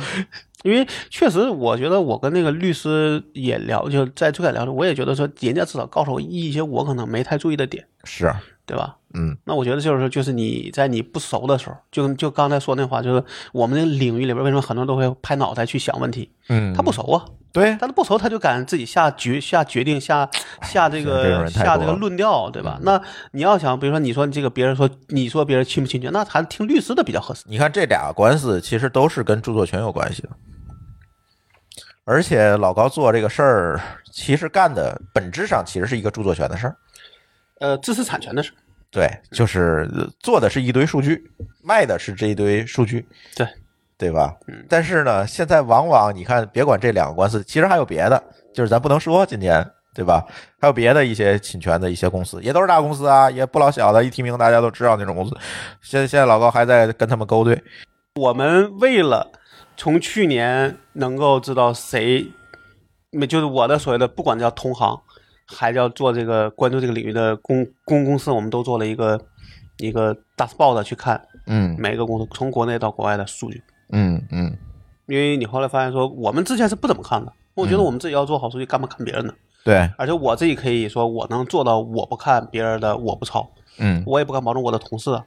因为确实，我觉得我跟那个律师也聊，就在最开始聊的，我也觉得说，人家至少告诉我一些我可能没太注意的点，
是，
对吧？
嗯，
那我觉得就是说，就是你在你不熟的时候，就就刚才说那话，就是我们这个领域里边，为什么很多人都会拍脑袋去想问题？
嗯
他不熟啊，
对，
但他不熟，他就敢自己下决下决定下下这
这种
个
人太多
下这个
了嗯
论调，对吧？那你要想，比如说你说这个别人说你说别人侵不侵权，那还是听律师的比较合适。
你看这俩官司其实都是跟著作权有关系的，而且老高做这个事儿，其实干的本质上其实是一个著作权的事儿。
呃，知识产权的事儿，
对，就是呃做的是一堆数据，卖的是这一堆数据，
对，
对吧？但是呢，现在往往你看，别管这两个官司，其实还有别的，就是咱不能说今天。对吧？还有别的一些侵权的一些公司，也都是大公司啊，也不老小的，一提名大家都知道那种公司。现在现在老高还在跟他们勾兑，
我们为了从去年能够知道谁，没就是我的所谓的不管叫同行，还叫做这个关注这个领域的公公公司，我们都做了一个一个大 s p o 的去看
嗯
每个公司从国内到国外的数据，
嗯嗯，
因为你后来发现说我们之前是不怎么看的，我觉得我们自己要做好数据，干嘛看别人呢？
对，
而且我自己可以说我能做到我不看别人的，我不抄，
嗯，
我也不敢保证我的同事啊，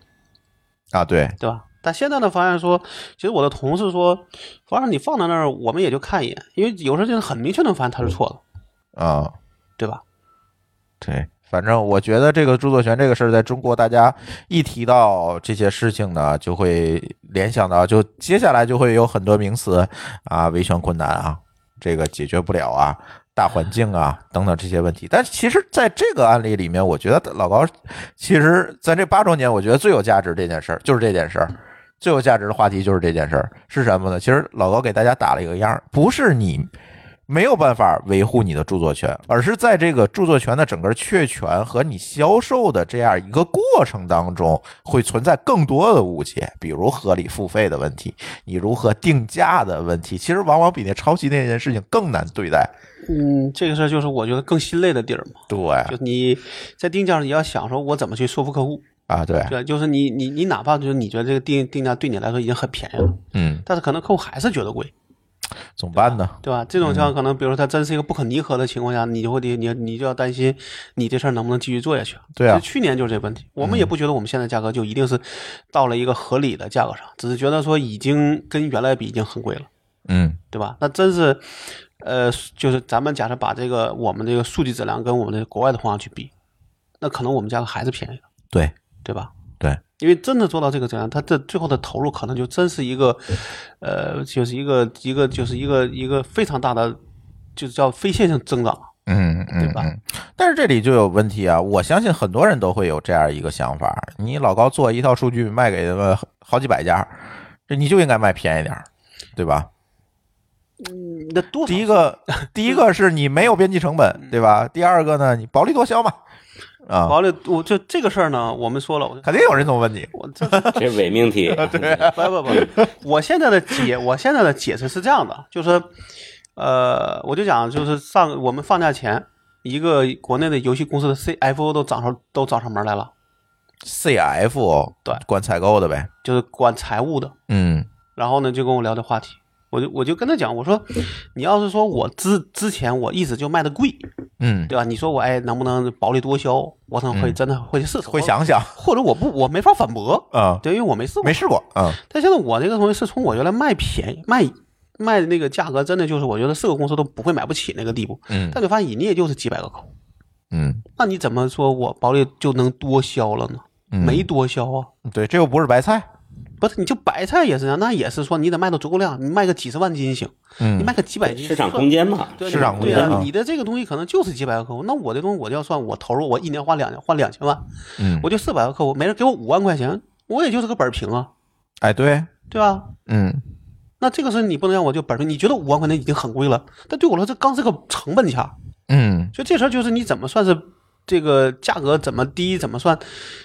啊，对，
对吧？但现在呢，发现说，其实我的同事说，反正你放在那儿，我们也就看一眼，因为有时候就是很明确能发现他是错的，
啊，
对吧？
对，反正我觉得这个著作权这个事儿，在中国大家一提到这些事情呢，就会联想到，就接下来就会有很多名词啊，维权困难啊，这个解决不了啊。大环境啊，等等这些问题，但其实在这个案例里面，我觉得老高其实在这八周年，我觉得最有价值这件事儿就是这件事儿，最有价值的话题就是这件事儿是什么呢？其实老高给大家打了一个样儿，不是你没有办法维护你的著作权，而是在这个著作权的整个确权和你销售的这样一个过程当中，会存在更多的误解，比如合理付费的问题，你如何定价的问题，其实往往比那抄袭那件事情更难对待。
嗯，这个事儿就是我觉得更心累的地儿嘛，
对
就是你在定价上你要想说，我怎么去说服客户，
啊，对，
对吧，就是你你你哪怕就是你觉得这个定定价对你来说已经很便宜了，
嗯，
但是可能客户还是觉得贵，
怎么办呢？
对吧？这种情
嗯
况可能，比如说它真是一个不可弥合的情况下，你就会得你你就要担心你这事儿能不能继续做下去。
对啊嗯
其实去年就是这问题，我们也不觉得我们现在价格就一定是到了一个合理的价格上，只是觉得说已经跟原来比已经很贵了，
嗯
对吧？那真是，呃，就是咱们假设把这个我们这个数据质量跟我们的国外的同行去比，那可能我们价格还是便宜的，
对
对吧？
对，
因为真的做到这个质量，它这最后的投入可能就真是一个，呃，就是一个一个就是一个一个非常大的，就是叫非线性增长，
嗯，
对
嗯
吧
嗯但是这里就有问题啊！我相信很多人都会有这样一个想法：你老高做一套数据卖给他们好几百家，这你就应该卖便宜 点儿，对吧？
那多
第一个，第一个是你没有边际成本，对吧？第二个呢，你薄利多销嘛，啊，
完了，我这这个事儿呢，我们说了，我
肯定有人这么问你。
我这
这是伪命题。
不不不， 我现在的解，我现在的解释是这样的，就是，呃，我就讲，就是上我们放假前，一个国内的游戏公司的 CFO 都找上都找上门来了，
CF
对
管采购的呗，
就是管财务的，
嗯
然后呢就跟我聊这话题，我就我就跟他讲，我说，你要是说我之之前我一直就卖的贵，
嗯，
对吧？你说我哎能不能薄利多销？我可能会真的会试试，
会想想
或者我不我没法反驳，
啊，
对，因为我没试过，
没试过啊，
但现在我这个同学是从我原来卖便宜卖卖的那个价格，真的就是我觉得四个公司都不会买不起那个地步。
嗯
但你发现你也就是几百个口，
嗯
那你怎么说我保利就能多销了呢？
嗯
没多销啊，
对，这又不是白菜，
不是你就白菜也是啊，那也是说你得卖到足够量，你卖个几十万斤行，你
嗯
卖个几百斤，
市场空间嘛，
对
市场空间
对啊
啊，
你的这个东西可能就是几百个客户，那我的东西我就要算，我投入我一年花两花两千万，
嗯
我，就四百个客户，每人给我五万块钱，我也就是个本儿平啊，
哎对，
对吧？
嗯
那这个事你不能让我就本身，你觉得五万块钱已经很贵了，但对我来说这刚是个成本价，
嗯
所以这事儿就是你怎么算是这个价格怎么低怎么算，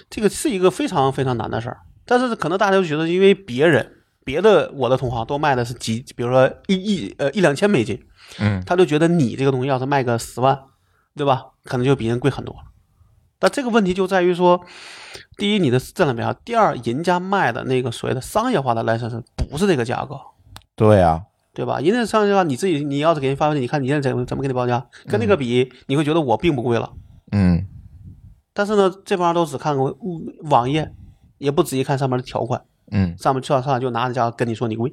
这个是一个非常非常难的事儿。但是可能大家就觉得，因为别人别的我的同行都卖的是几，比如说一一呃一两千美金，
嗯，
他就觉得你这个东西要是卖个十万，对吧？可能就比人贵很多了。但这个问题就在于说，第一，你的质量比较好；第二，人家卖的那个所谓的商业化的 license 不是这个价格，
对啊呀，
对吧？人家上去的话，你自己你要是给人发过去，你看你现在怎么怎么给你报价，跟那个比，你会觉得我并不贵了。
嗯
但是呢，这帮人都只看过网页，也不仔细看上面的条款，
嗯
上面上上来就拿着价格跟你说你贵，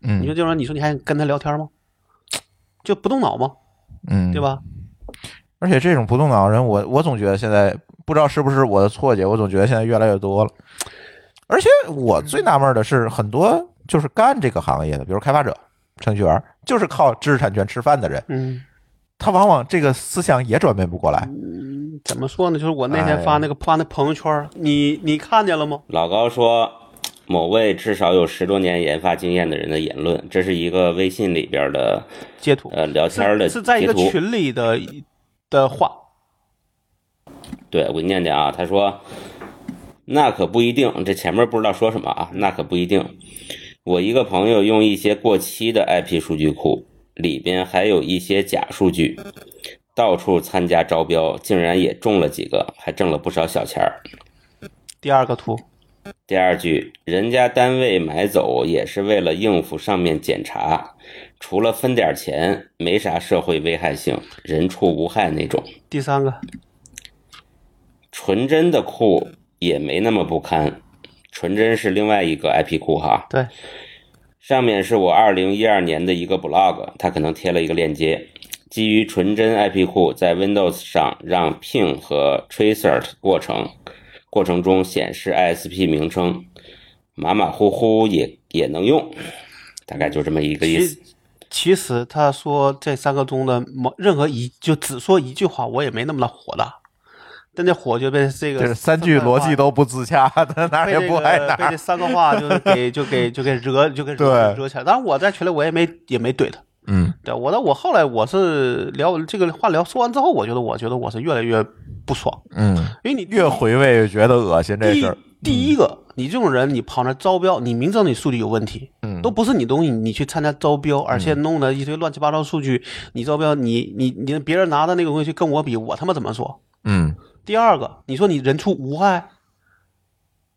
你说
嗯
这种人，你说你还跟他聊天吗？就不动脑吗？
嗯，
对？吧？
而且这种不动脑人，我我总觉得现在不知道是不是我的错觉，我总觉得现在越来越多了。而且我最纳闷的是，很多就是干这个行业的，比如开发者、程序员，就是靠知识产权吃饭的人，
嗯，
他往往这个思想也转变不过来。
嗯怎么说呢？就是我那
哎
天发那个发那朋友圈，你你看见了吗？
老高说，某位至少有十多年研发经验的人的言论，这是一个微信里边的
截图
呃聊天的
是是在一
截
个
图。
群里的的话，
对，我给你念念啊，他说，那可不一定，这前面不知道说什么啊，那可不一定。我一个朋友用一些过期的 IP 数据库，里边还有一些假数据，到处参加招标，竟然也中了几个，还挣了不少小钱儿。
第二个图，
第二句，人家单位买走也是为了应付上面检查，除了分点钱，没啥社会危害性，人畜无害那种。
第三个，
纯真的库也没那么不堪，纯真是另外一个 IP 库哈。
对，
上面是我二零一二年的一个 blog，它可能贴了一个链接。基于纯真 IP 库在 Windows 上让 ping 和 tracer 过程过程中显示 ISP 名称，马马虎虎也也能用，大概就这么一个意思。
其其实他说这三个中的某任何一就只说一句话，我也没那么的火大，但这火就被这个
这三句逻辑都不自洽，他哪儿
被
也
这
不挨
个
哪
被这
儿。
三个话就给就给就给惹就给惹
对
惹起来。当然我在群里我也没也没怼他，
嗯
对我但我后来我是聊这个话聊说完之后，我觉得我觉得我是越来越不爽，
嗯，
因为你
越回味越觉得恶心这
第
事
一
儿。
第一个，你这种人，你跑那招标，你明知道你数据有问题，
嗯
都不是你东西，你去参加招标，而且弄的一堆乱七八糟数据，你招标，你你你别人拿的那个东西去跟我比，我他妈怎么说？
嗯，
第二个，你说你人畜无害，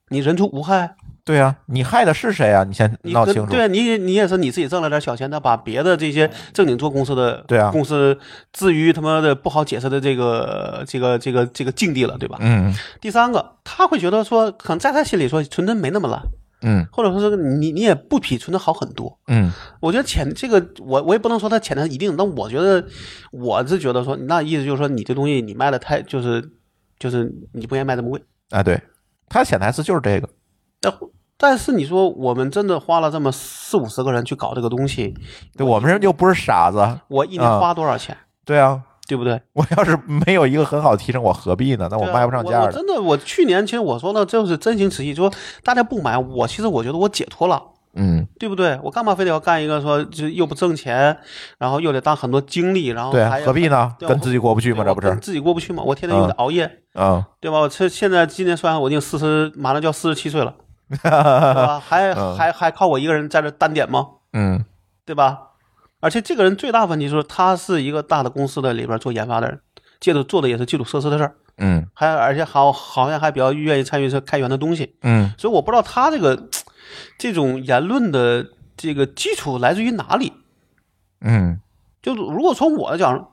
你人畜无害，
对呀、你害的是谁啊？你先
你
闹
跟
清楚
对。啊，你你也是你自己挣了点小钱，他把别的这些正经做公司的
对啊
公司置于他妈的不好解释的这个这个这个这个境地了，对吧？
嗯
第三个，他会觉得说，可能在他心里说，纯真没那么烂。
嗯
或者说是你你也不比存的好很多。
嗯
我觉得潜这个我我也不能说它潜台一定，但我觉得我是觉得说，那意思就是说你这东西你卖的太就是就是你不愿意卖这么贵，
啊，对，他潜台词就是这个。
但但是你说我们真的花了这么四五十个人去搞这个东西，
对我们人又不是傻子，
我一年
啊
花多少钱？
对啊，
对不对？
我要是没有一个很好的提升，我何必呢？那哦我
对啊
卖不上
我
价
我
的。
真的，我去年其实我说呢，就是真情实意，就说大家不买，我其实我觉得我解脱了。
嗯，
对不对？我干嘛非得要干一个说就又不挣钱，然后又得当很多精力，然后
对啊
还，要
何必呢？
对
跟自己过不去
对
吗？
我
这不是
跟？自己过不去吗？我天天又得
嗯
熬夜，
嗯，
对吧？我这现在今年算上我已经四十，马上就要四十七岁 了，对吧？还
嗯
还还靠我一个人在这单点吗？
嗯，
对吧？而且这个人最大问题就是他是一个大的公司的里边做研发的人，接着做的也是基础设施的事儿，
嗯，
还而且好好像还比较愿意参与这开源的东西，
嗯，
所以我不知道他这个这种言论的这个基础来自于哪里。
嗯，
就是如果从我的角度，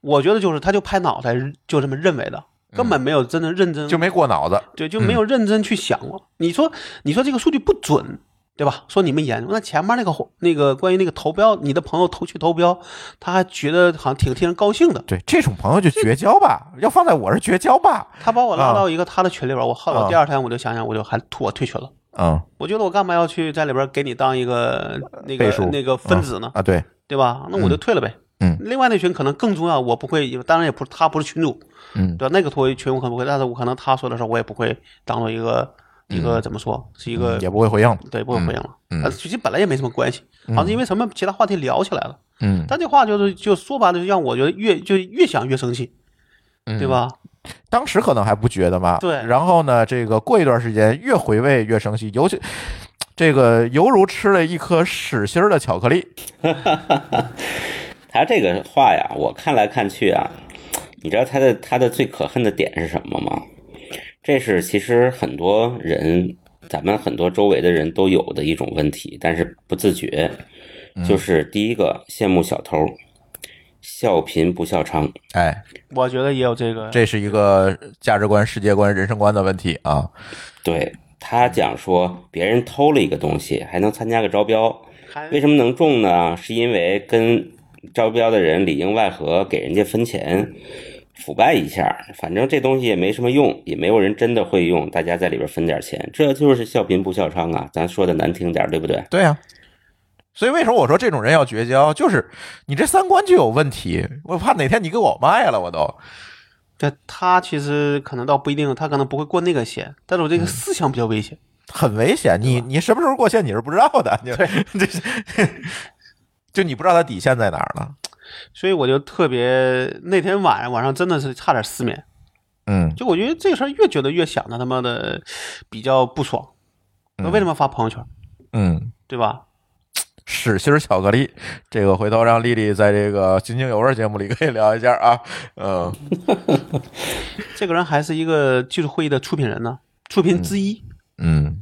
我觉得就是他就拍脑袋就这么认为的，根本没有真的认真，
嗯就没嗯过脑子。
对，就没有认真去想过。你说，你说这个数据不准，对吧？说你们研究，那前面那个火那个关于那个投标，你的朋友投去投标，他还觉得好像挺替人高兴的。
对，这种朋友就绝交吧。要放在我是绝交吧。
他把我
啊
拉到一个他的群里边儿，我后来
啊
第二天我就想想，我就还吐我退群了。
嗯，
我觉得我干嘛要去在里边儿给你当一个那
呃背
个
书
那个分子呢？
啊，对，
对吧？那我就退了呗。
嗯
另外那群可能更重要，我不会，当然也不是他不是群主，
嗯
对吧？那个托群我可能不会，但是我可能他说的时候，我也不会当做一个一个怎么说，是一个
嗯也不会回应。
对不会回应了。
嗯
呃其实本来也没什么关系，好像是因为什么其他话题聊起来了。
嗯，
但这话就是就说白了，就让我觉得越就越想越生气，
嗯
对吧？
当时可能还不觉得嘛。
对
然后呢，这个过一段时间，越回味越生气，尤其。这个犹如吃了一颗屎心儿的巧克力，
他这个话呀，我看来看去啊，你知道他的他的最可恨的点是什么吗？这是其实很多人，咱们很多周围的人都有的一种问题，但是不自觉。就是第一个羡慕小偷，笑贫不笑娼。
哎，
我觉得也有这个，
这是一个价值观、世界观、人生观的问题啊。
对他讲说，别人偷了一个东西，还能参加个招标，
还
为什么能中呢？是因为跟招标的人里应外合，给人家分钱，腐败一下，反正这东西也没什么用，也没有人真的会用，大家在里边分点钱，这就是笑贫不笑娼啊！咱说的难听点，对不对？
对呀、啊所以为什么我说这种人要绝交，就是你这三观就有问题，我怕哪天你给我卖了，我都
对他其实可能倒不一定，他可能不会过那个线，但是我这
嗯
个思想比较危险。
很危险。你你什么时候过线你是不知道的，你这是就你不知道他底线在哪儿了。
所以我就特别那天晚上晚上真的是差点失眠，
嗯
就我觉得这个事儿越觉得越想的他妈的比较不爽。那为什么发朋友圈，
嗯，
对吧？
屎心儿巧克力，这个回头让丽丽在这个津津有味儿节目里可以聊一下啊。嗯，
这个人还是一个技术会议的出品人呢，出品之一。
嗯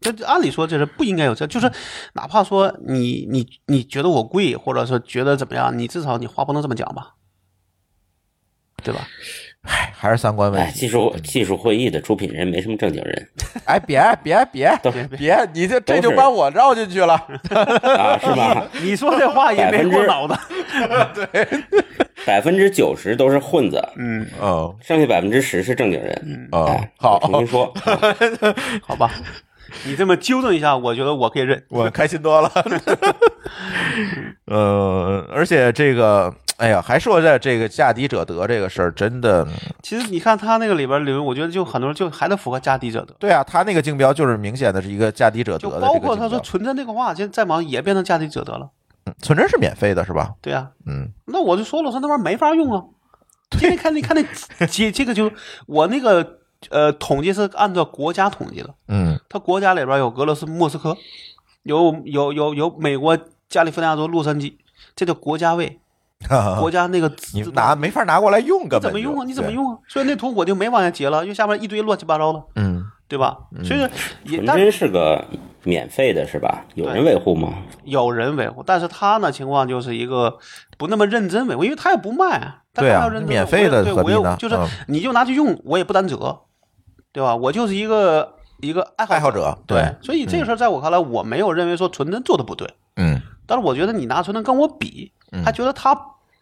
这这按理说这是不应该有这，就是哪怕说你你你觉得我贵，或者说觉得怎么样，你至少你话不能这么讲吧，对吧？
哎还是三观问
哎，
题。
技术技术会议的出品人没什么正经人
哎，别别别
都
别，你这这
都
就是把我绕进去了。
啊，是吧？
你说这话也没过脑子，
百分之九十都是混子，
嗯，
嗯
剩下百分之十是正经人。
嗯
哎，，
好
我，重新说，啊
好吧，你这么纠正一下，我觉得我可以认。
我开心多了。 呃，而且这个，哎呀，还说这这个价低者得这个事儿，真的，
其实你看他那个里边儿，里面我觉得就很多人就还得符合价低者得，
对啊，他那个竞标就是明显的是一个价低者得
就
的这个
包括他
竞标
说存真这个话，现在再忙也变成价低者得了，
嗯存真是免费的，是吧？
对啊，
嗯，
那我就说了，我说那玩意儿没法用啊。今天看你看那这这个就我那个呃统计是按照国家统计的，
嗯
它国家里边有俄罗斯莫斯科，有有有有美国加利福尼亚州洛杉矶，这叫国家位，国家那个
啊你
自
拿没法拿过来用，根
你
本
怎么用啊？
就
你怎么？用啊？所以那图我就没往下截了，因为下面一堆乱七八糟的，
对嗯，
对吧？所以也
纯
但是
真是个免费的，是吧？有人
对
维护吗？
有人维护，但是他呢情况就是一个不那么认真维护，因为他也不卖啊，他
对啊
干嘛要认真
免
维护
费的
对
何
我也
必呢
就是
嗯
你就拿去用，我也不担责，对吧？我就是一个一个爱好
爱好者对
所以这个事儿在我看来，我没有认为说纯真做的不对，
嗯
但是我觉得你拿纯真跟我比，还觉得他。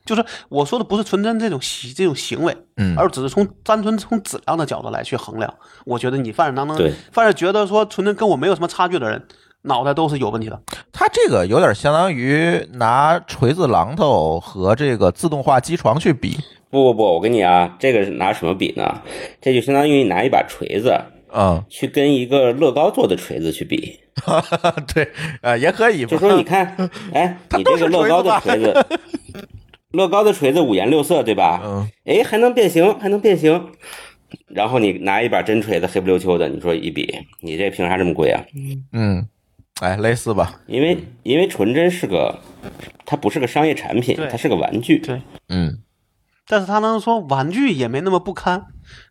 就是我说的不是纯真这种行这种行为，
嗯
而只是从单纯从质量的角度来去衡量。我觉得你犯人当当
对，
犯人觉得说纯真跟我没有什么差距的人，脑袋都是有问题的。
它这个有点相当于拿锤子榔头和这个自动化机床去比
不不不，我跟你啊，这个是拿什么比呢？这就相当于你拿一把锤子
啊、
去跟一个乐高做的锤子去 比，
嗯， 对，呃，也可以吧，
就说你
嗯
看，哎，
它
你
都
这
是
个乐高的锤子， 乐高的锤子五颜六色，对吧？
嗯，
哎，还能变形，还能变形。然后你拿一把真锤子，黑不溜秋的，你说一比，你这凭啥这么贵啊？
嗯，哎，类似吧，
因
嗯
为因为纯真是个，它不是个商业产品
对，
它是个玩具。
对
嗯，
但是他能说玩具也没那么不堪，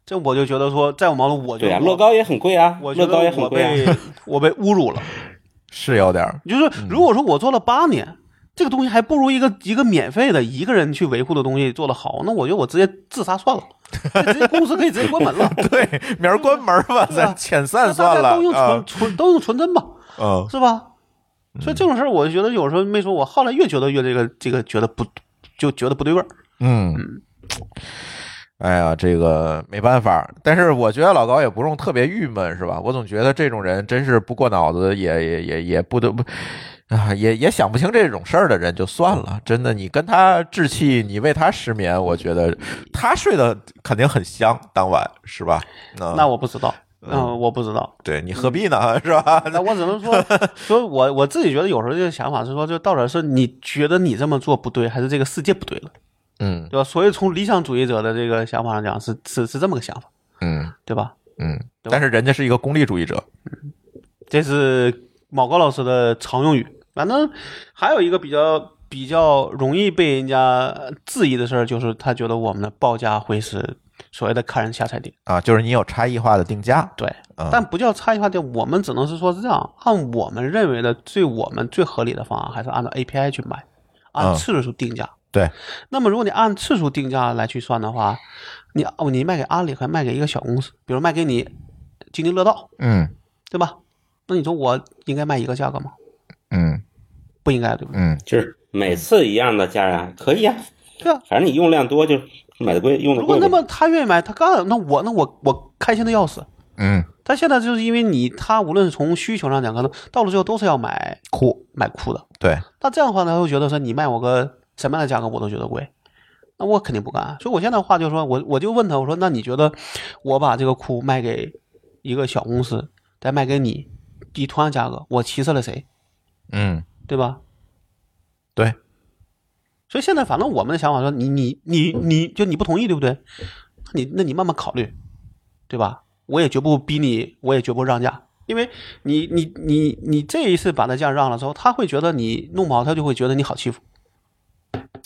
这我就觉得说再有矛盾我就
对啊，
我
乐高也很贵啊，
我觉
乐
得
高也
我
很贵啊。
被我 被侮辱了。
是有 点儿，。
就是如果说我做了八年，这个东西还不如一个一个免费的一个人去维护的东西做得好，那我觉得我直接自杀算了，这直接公司可以直接关门了
对，明儿关门吧，
对啊
咱遣
那
散
大
算
家
了
都用
啊
纯，纯都用纯真吧，
嗯
是吧？所以这种事儿，我就觉得有时候没说，我后来越觉得越这个这个觉得不就觉得不对味儿。
嗯。哎呀，这个没办法，但是我觉得老高也不用特别郁闷，是吧？我总觉得这种人真是不过脑子，也也也也不得不啊，也也想不清这种事儿的人就算了。真的，你跟他置气，你为他失眠，我觉得他睡得肯定很香，当晚是吧？那
那我不知道，嗯，我不知道。
对你何必呢， 是吧？
那我只能说，说我我自己觉得有时候这个想法是说，就到底是你觉得你这么做不对，还是这个世界不对了，
嗯
对吧？所以从理想主义者的这个想法上讲，是是是这么个想法，
嗯
对吧？
嗯，
对吧
但是人家是一个功利主义者，
这是某高老师的常用语。反正还有一个比较比较容易被人家质疑的事儿，就是他觉得我们的报价会是所谓的看人下菜碟。
啊，就是你有差异化的定价，
对，
嗯
但不叫差异化店，我们只能是说是这样，按我们认为的最我们最合理的方案，还是按照 API 去买，按
嗯
次数定价。
对，
那么如果你按次数定价来去算的话，你哦，你卖给阿里和卖给一个小公司，比如卖给你津津乐道，
嗯
对吧？那你说我应该卖一个价格吗？
嗯
不应该，对吧？
嗯，
就是每次一样的价啊，可以啊，
对啊，
反正你用量多就买的贵，用的
如果
贵呗。
那么他愿意买，他干，那我那我我开心的要死。
嗯，
但现在就是因为你，他无论从需求上讲，可能到了最后都是要买哭买哭的。
对，
那这样的话呢，他会觉得说你卖我个什么样的价格我都觉得贵，那我肯定不干。啊所以我现在话就是说我我就问他，我说那你觉得我把这个库卖给一个小公司，再卖给你，以同样价格，我歧视了谁，
嗯
对吧？
对，
所以现在反正我们的想法说你你你你就你不同意对不对？那你那你慢慢考虑，对吧？我也绝不逼你，我也绝不让价，因为你你你你这一次把他价让了之后，他会觉得你弄不好，他就会觉得你好欺负。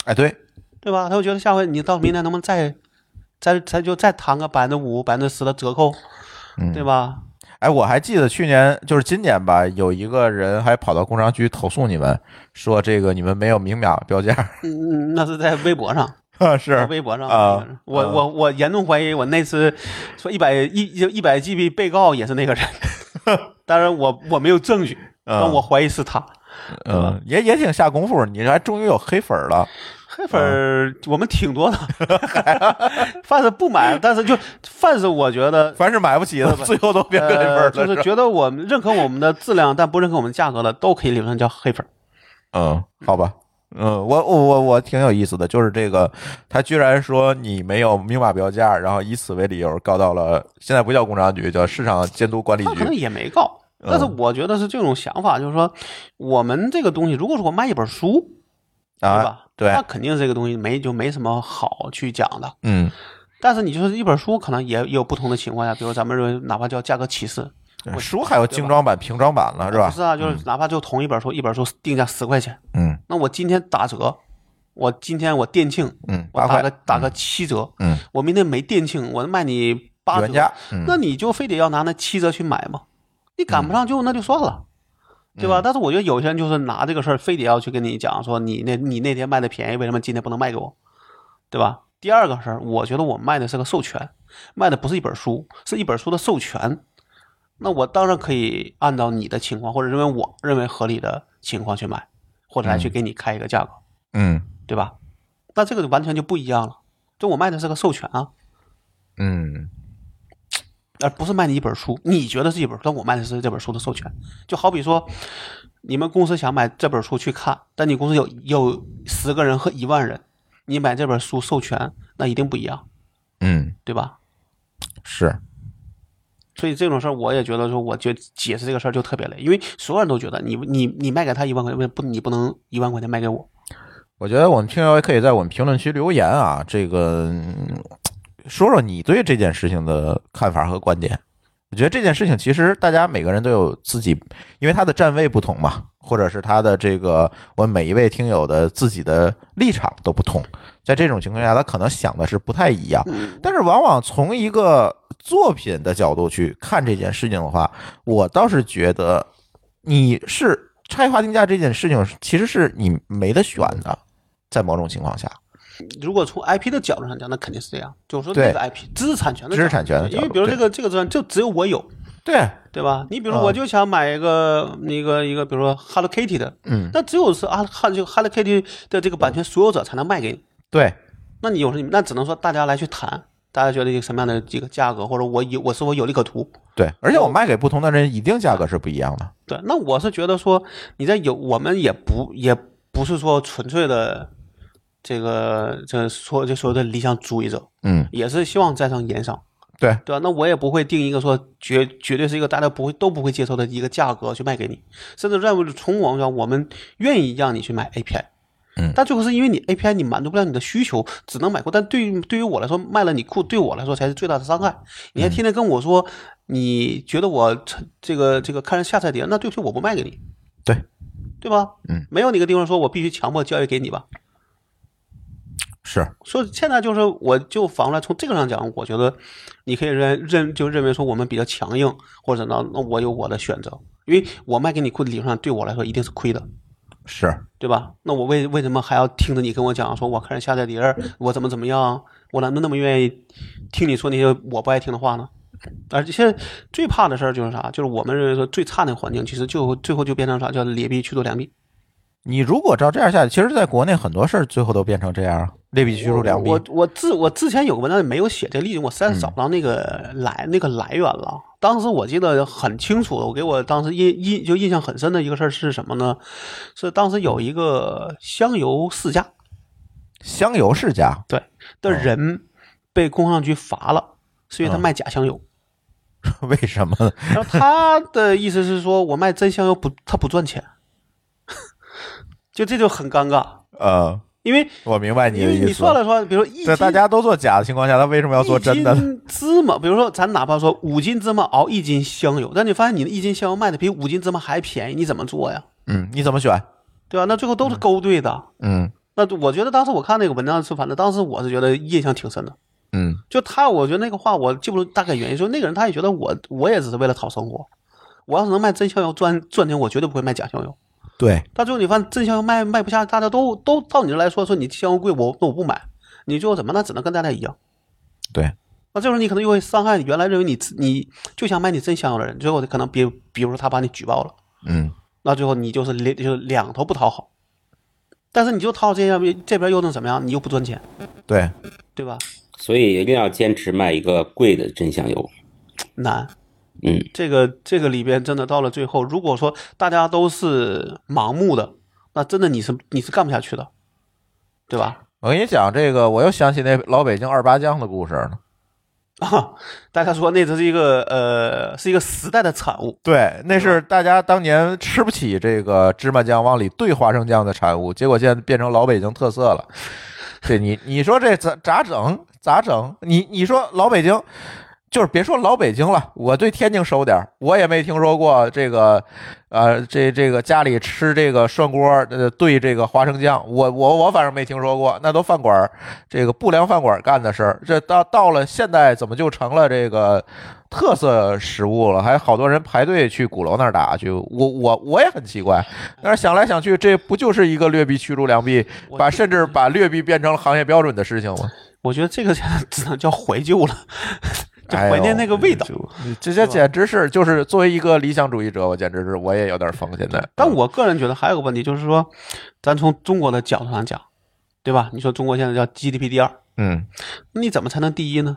哎对，
对吧？他会觉得下回你到明年能不能再再再就再谈个百分之五、百分之十的折扣，
嗯
对吧？
哎，我还记得去年就是今年吧，有一个人还跑到工商局投诉你们，说这个你们没有明码标价，
嗯嗯，那是在微博上，在
是
微博上
啊
我
啊
我我严重怀疑，我那次说一百一一百 GB 被告也是那个 人，当然我我没有证据，
啊
但我怀疑是他。
嗯，也也挺下功夫，你还终于有黑粉了，
黑粉儿我们挺多的， 凡是不买，但是就凡是我觉 得
凡是买不起的，最后都变黑粉
呃
了，
就是是
吧
觉得我们认可我们的质量，但不认可我们价格的，都可以理论上叫黑粉儿。
嗯，好吧。嗯，我我我我挺有意思的，就是这个，他居然说你没有明码标价，然后以此为理由告到了，现在不叫工商局，叫市场监督管理
他可能
局。
也没告，
嗯
但是我觉得是这种想法，就是说，我们这个东西，如果说我卖一本书，对
啊
吧，？
对
那，肯定这个东西没就没什么好去讲的。
嗯，
但是你就是一本书，可能也也有不同的情况下，比如咱们认为哪怕叫价格歧视，
书还有精装嗯版、平装版了，是吧
不？是啊，就是哪怕就同一本书，一本书定价十块钱，
嗯
那我今天打折，我今天我店庆，
嗯，
我
八
打
块
个，打个七折，
嗯，
我明天没店庆，我卖你八
原
折
价，，嗯
那你就非得要拿那七折去买吗？你赶不上就那就算了，对吧？但是我觉得有些人就是拿这个事儿，非得要去跟你讲说你那你那天卖的便宜，为什么今天不能卖给我，对吧？第二个事儿，我觉得我卖的是个授权，卖的不是一本书，是一本书的授权。那我当然可以按照你的情况，或者认为我认为合理的情况去买，或者来去给你开一个价格，
嗯
对吧？那这个就完全就不一样了，就我卖的是个授权啊，
嗯，
而不是卖你一本书。你觉得是一本书，但我卖的是这本书的授权。就好比说，你们公司想买这本书去看，但你公司有有十个人和一万人，你买这本书授权，那一定不一样，
嗯，
对吧？
是，
所以这种事儿，我也觉得说，我觉得解释这个事儿就特别累，因为所有人都觉得你你你卖给他一万块钱，为什么不你不能一万块钱卖给我？
我觉得我们听友也可以在我们评论区留言啊，这个嗯说说你对这件事情的看法和观点。我觉得这件事情其实大家每个人都有自己，因为他的站位不同嘛，或者是他的这个我们每一位听友的自己的立场都不同，在这种情况下，他可能想的是不太一样。但是往往从一个作品的角度去看这件事情的话，我倒是觉得你是差异化定价这件事情，其实是你没得选的，在某种情况
啊
下，
如果从 IP 的角度上讲，那肯定是这样，就是说这个 IP 知识产权的角度
知识产权的角度
因为比如这个这个资源就只有我有，
对，
对吧？你比如
嗯
我就想买一个一个一个，比如说 Hello Kitty 的，
嗯，
那只有是啊 Hello 就 Hello Kitty 的这个版权所有者才能卖给你，
对，
那你有时候那只能说大家来去谈，大家觉得一个什么样的一个价格，或者我有我是否有利可图，
对，而且
哦
我卖给不同的人，一定价格是不一样的。
对，那我是觉得说，你在有我们也不也不是说纯粹的这个这说这所谓的理想主义者，
嗯，
也是希望在上言上，
对
对吧？那我也不会定一个说绝绝对是一个大家不会都不会接受的一个价格去卖给你，甚至认为从我们讲，我们愿意让你去买 API。
嗯
但最后是因为你 API 你满足不了你的需求，只能买库。但对于对于我来说，卖了你库对我来说才是最大的伤害。
嗯
你还天天跟我说，你觉得我这个这个看人下菜碟，那对不起，我不卖给你。
对，
对吧？
嗯，
没有哪个地方说我必须强迫交易给你吧。
是，
所以现在就是，我就反过来从这个上讲，我觉得你可以认认就认为说我们比较强硬，或者呢，那我有我的选择，因为我卖给你裤子理论上对我来说一定是亏的，
是，
对吧？那我为为什么还要听着你跟我讲说我看人下载碟儿，我怎么怎么样，我难道那么愿意听你说那些我不爱听的话呢？而且现在最怕的事儿就是啥？就是我们认为说最差的环境，其实就最后就变成啥叫劣币驱逐良币。
你如果照这样下去，其实在国内很多事儿最后都变成这样啊，劣币驱逐良币
我。我之我之前有个文章也没有写这个例子，我实在是找
嗯
不到那个来、那个来源了。当时我记得很清楚，我给我当时印印就印象很深的一个事儿是什么呢？是当时有一个香油世家
香油世家，
对
哦
的人被工商局罚了，是因为他
嗯
卖假香油。
为什么呢？
然后他的意思是说，我卖真香油不，他不赚钱， 就这就很尴尬，
呃，
因为
我明白你
因
的
为
意
你
思
算。了算，比如说一
在
斤
大家都做假的情况下，他为什么要做真的
一
呢？
斤芝麻，比如说咱哪怕说五斤芝麻熬一斤香油，但你发现你的一斤香油卖的比五斤芝麻还便宜，你怎么做呀？
嗯，你怎么选？
对吧？那最后都是勾兑的。
嗯
那我觉得当时我看那个文章是，反正当时我是觉得印象挺深的。
嗯，
就他，我觉得那个话我记不住大概原因，就那个人他也觉得我我也只是为了讨生活。我要是能卖真香油赚赚钱，我绝对不会卖假香油。
对，
到最后你发现真香油卖卖不下，大家都都到你这来说说你香油贵，我那我不买。你最后怎么那只能跟大家一样。
对，
那这时候你可能又会伤害原来认为你自你就想买你真想要的人，最后可能比比如说他把你举报了，
嗯，
那最后你就是两就是两头不讨好，但是你就讨好这边这边又能怎么样？你又不赚钱，
对，
对吧？
所以一定要坚持卖一个贵的真香油。
难，
嗯，
这个这个里边真的到了最后，如果说大家都是盲目的，那真的你是你是干不下去的，对吧？
我跟你讲这个，我又想起那老北京二八酱的故事了。
啊，大家说那只是一个呃是一个时代的产物，
对，那是大家当年吃不起这个芝麻酱往里兑花生酱的产物，结果现在变成老北京特色了。这你你说这咋咋整？咋整？你你说老北京，就是别说老北京了，我对天津熟点儿我也没听说过这个，呃，这这个家里吃这个涮锅呃兑这个花生酱，我我我反正没听说过，那都饭馆儿这个不良饭馆儿干的事儿。这到到了现代，怎么就成了这个特色食物了？还有好多人排队去鼓楼那儿打去，我我我也很奇怪。但是想来想去，这不就是一个劣币驱逐良币，
我
把甚至把劣币变成了行业标准的事情吗？
我觉得这个现在只能叫怀旧了， 就怀念那个味道。
这这简直是，就是作为一个理想主义者，我简直是我也有点疯。现在，
但我个人觉得还有个问题，就是说，咱从中国的角度上讲，对吧？你说中国现在叫 GDP 第二，
嗯
那你怎么才能第一呢？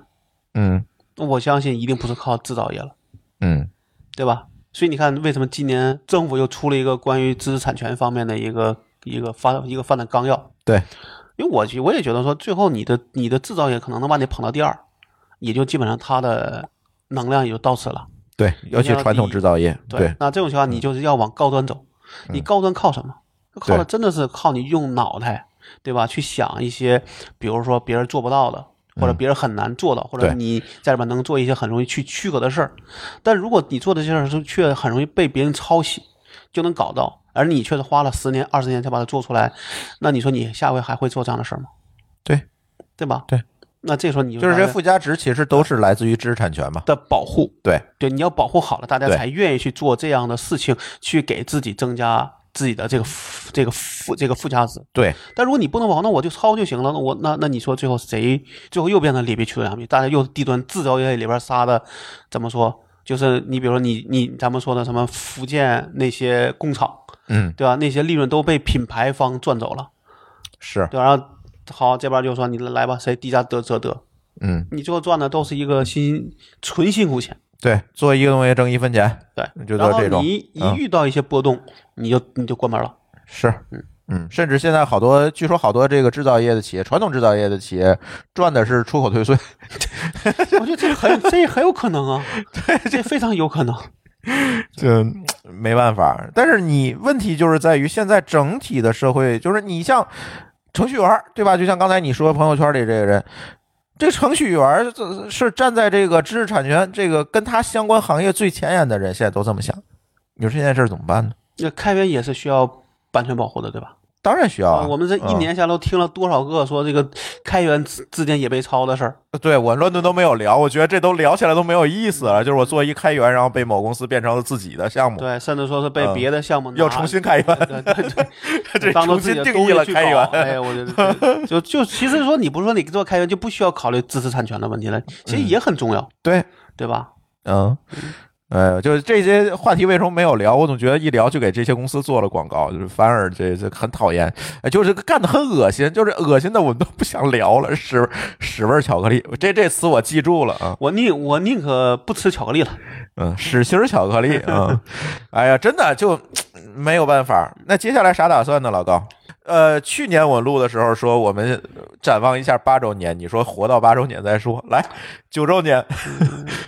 嗯
我相信一定不是靠制造业了，
嗯
对吧？所以你看，为什么今年政府又出了一个关于知识产权方面的一个一个发一个发展纲要？
对，
因为我觉我也觉得说，最后你的你的制造业可能能把你捧到第二，也就基本上它的能量也就到此了。
对，尤其是传统制造业，
对，
对，嗯
那这种情况你就是要往高端走，你高端靠什么？靠的
对
真的是靠你用脑袋，对吧？去想一些，比如说别人做不到的，或者别人很难做到，或者
嗯对
你在里面能做一些很容易去区隔的事儿。但如果你做的这些事儿是却很容易被别人抄袭，就能搞到，而你却是花了十年、二十年才把它做出来，那你说你下回还会做这样的事儿吗？
对，
对吧？
对，
那这时候你
就是这
拿
附加值其实都是来自于知识产权嘛。
的保护，
对，
对，你要保护好了，大家
对
才愿意去做这样的事情，去给自己增加自己的这个附这个附这个附加值。
对，
但如果你不能保护，那我就抄就行了。那我那那你说最后谁最后又变成里边去了两米？大家又低端制造业里边杀的，怎么说？就是你比如说你你咱们说的什么福建那些工厂，
嗯，
对吧？那些利润都被品牌方赚走了，
是，
对吧？然后好这边就说你来吧，谁低价得则得，
嗯，
你最后赚的都是一个辛纯辛苦钱。
对，做一个东西挣一分钱，
对，
就
然
到
后
这种
你一
嗯
遇到一些波动，你就你就关门了。
是，嗯，甚至现在好多，据说好多这个制造业的企业，传统制造业的企业赚的是出口退税，
我觉得这很这很有可能 啊，这非常有可能。
这没办法。但是你问题就是在于现在整体的社会，就是你像程序员儿，对吧？就像刚才你说朋友圈里这个人。这程序员儿这是站在这个知识产权这个跟他相关行业最前沿的人，现在都这么想。你说这件事儿怎么办呢？
那开源也是需要版权保护的，对吧？
当然需要
啊我们这一
嗯
年下来都听了多少个说这个开源之之间也被抄的事儿，
对我乱炖都没有聊，我觉得这都聊起来都没有意思了。就是我做一开源，然后被某公司变成了自己的项目，
对，甚至说是被
嗯
别的项目拿
要重新开源，
对对对，
这
当做
重
自己
新
的
定义了
东西去
开源
搞。哎，我觉得对就就其实说你不是说你做开源就不需要考虑知识产权的问题了，其实也很重要，
嗯对，
对吧？
嗯，呃，就是这些话题为什么没有聊？我总觉得一聊就给这些公司做了广告，就是反而这这很讨厌，哎就是干的很恶心，就是恶心的我们都不想聊了。屎屎味儿巧克力，这这词我记住了啊，
我宁我宁可不吃巧克力了。
嗯，屎心儿巧克力， 嗯，哎呀，真的就没有办法。那接下来啥打算呢，老高？呃，去年我录的时候说我们展望一下八周年，你说活到八周年再说。来，九周年，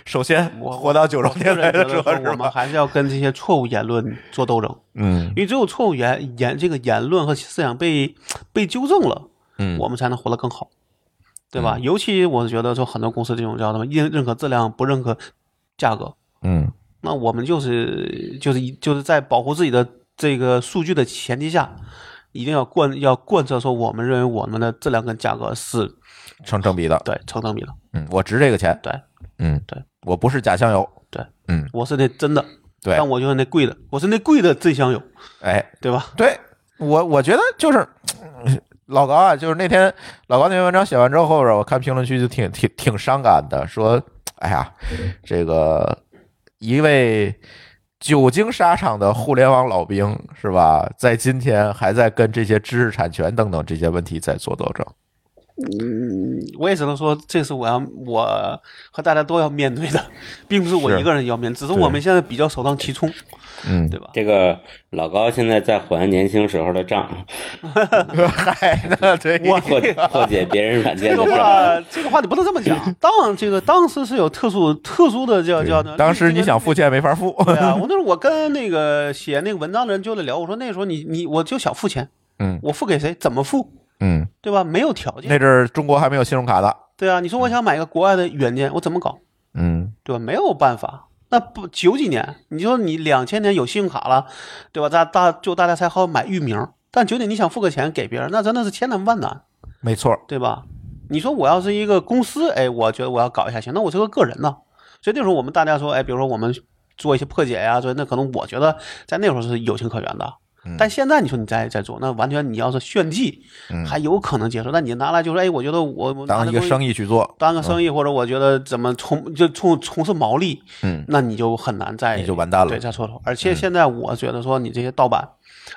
首先
嗯我
活到九周
我
年
个
再
人觉得
说
说，
是
我们
吧？
还是要跟这些错误言论做斗争，
嗯
因为只有错误言言这个言论和思想被被纠正了，
嗯
我们才能活得更好，对吧？尤其我是觉得说，很多公司这种叫什么认认可质量，不认可价格，
嗯，
那我们就是就是一就是在保护自己的这个数据的前提下，一定要贯要贯彻说，我们认为我们的质量跟价格是
成正比的，
对成正比的，
嗯，我值这个钱，
对
嗯，
对，
我不是假香油，
对，
嗯，
我是那真的，
对
但我就是那贵的，我是那贵的真香油，
哎，
对吧？
对我，我觉得就是嗯老高啊，就是那天老高那篇文章写完之后，我看评论区就挺挺挺伤感的，说，哎呀，这个一位久经沙场的互联网老兵是吧，在今天还在跟这些知识产权等等这些问题在做斗争。
嗯我也只能说，这是我要我和大家都要面对的，并不是我
是
一个人要面，只是
对
我们现在比较首当其冲，
嗯，
对吧？
这个老高现在在还年轻时候的账，
嗨，那对，
我
破破解别人软件
这
的
个
账。
话，这个话你不能这么讲。当这个当时是有特殊特殊的叫叫
当时你想付钱没法付，
对 啊，我那时候我跟那个写那个文章的人就在聊，我说那时候你你我就想付钱，
嗯
我付给谁，怎么付，
嗯，
对吧？没有条件，
那阵儿中国还没有信用卡呢，
对啊，你说我想买个国外的软件，我怎么搞，
嗯，
对吧？没有办法。那不九几年，你说你两千年有信用卡了，对吧？大大就大家才好买域名，但九几你想付个钱给别人，那真的是千难万难，
没错儿，
对吧？你说我要是一个公司，哎，我觉得我要搞一下行，那我是个个人呢，所以那时候我们大家说，哎，比如说我们做一些破解呀，做那可能我觉得在那时候是有情可原的，
嗯
但现在你说你再再做，那完全你要是炫技，还有可能接受，那你拿来就说，哎，我觉得我我拿
嗯当
这
一个
东西
生意去做，
当个生意，或者我觉得怎么从就从从事毛利，
嗯，
那你就很难再
你就完蛋了嗯
对，再出头。而且现在我觉得说你这些盗版，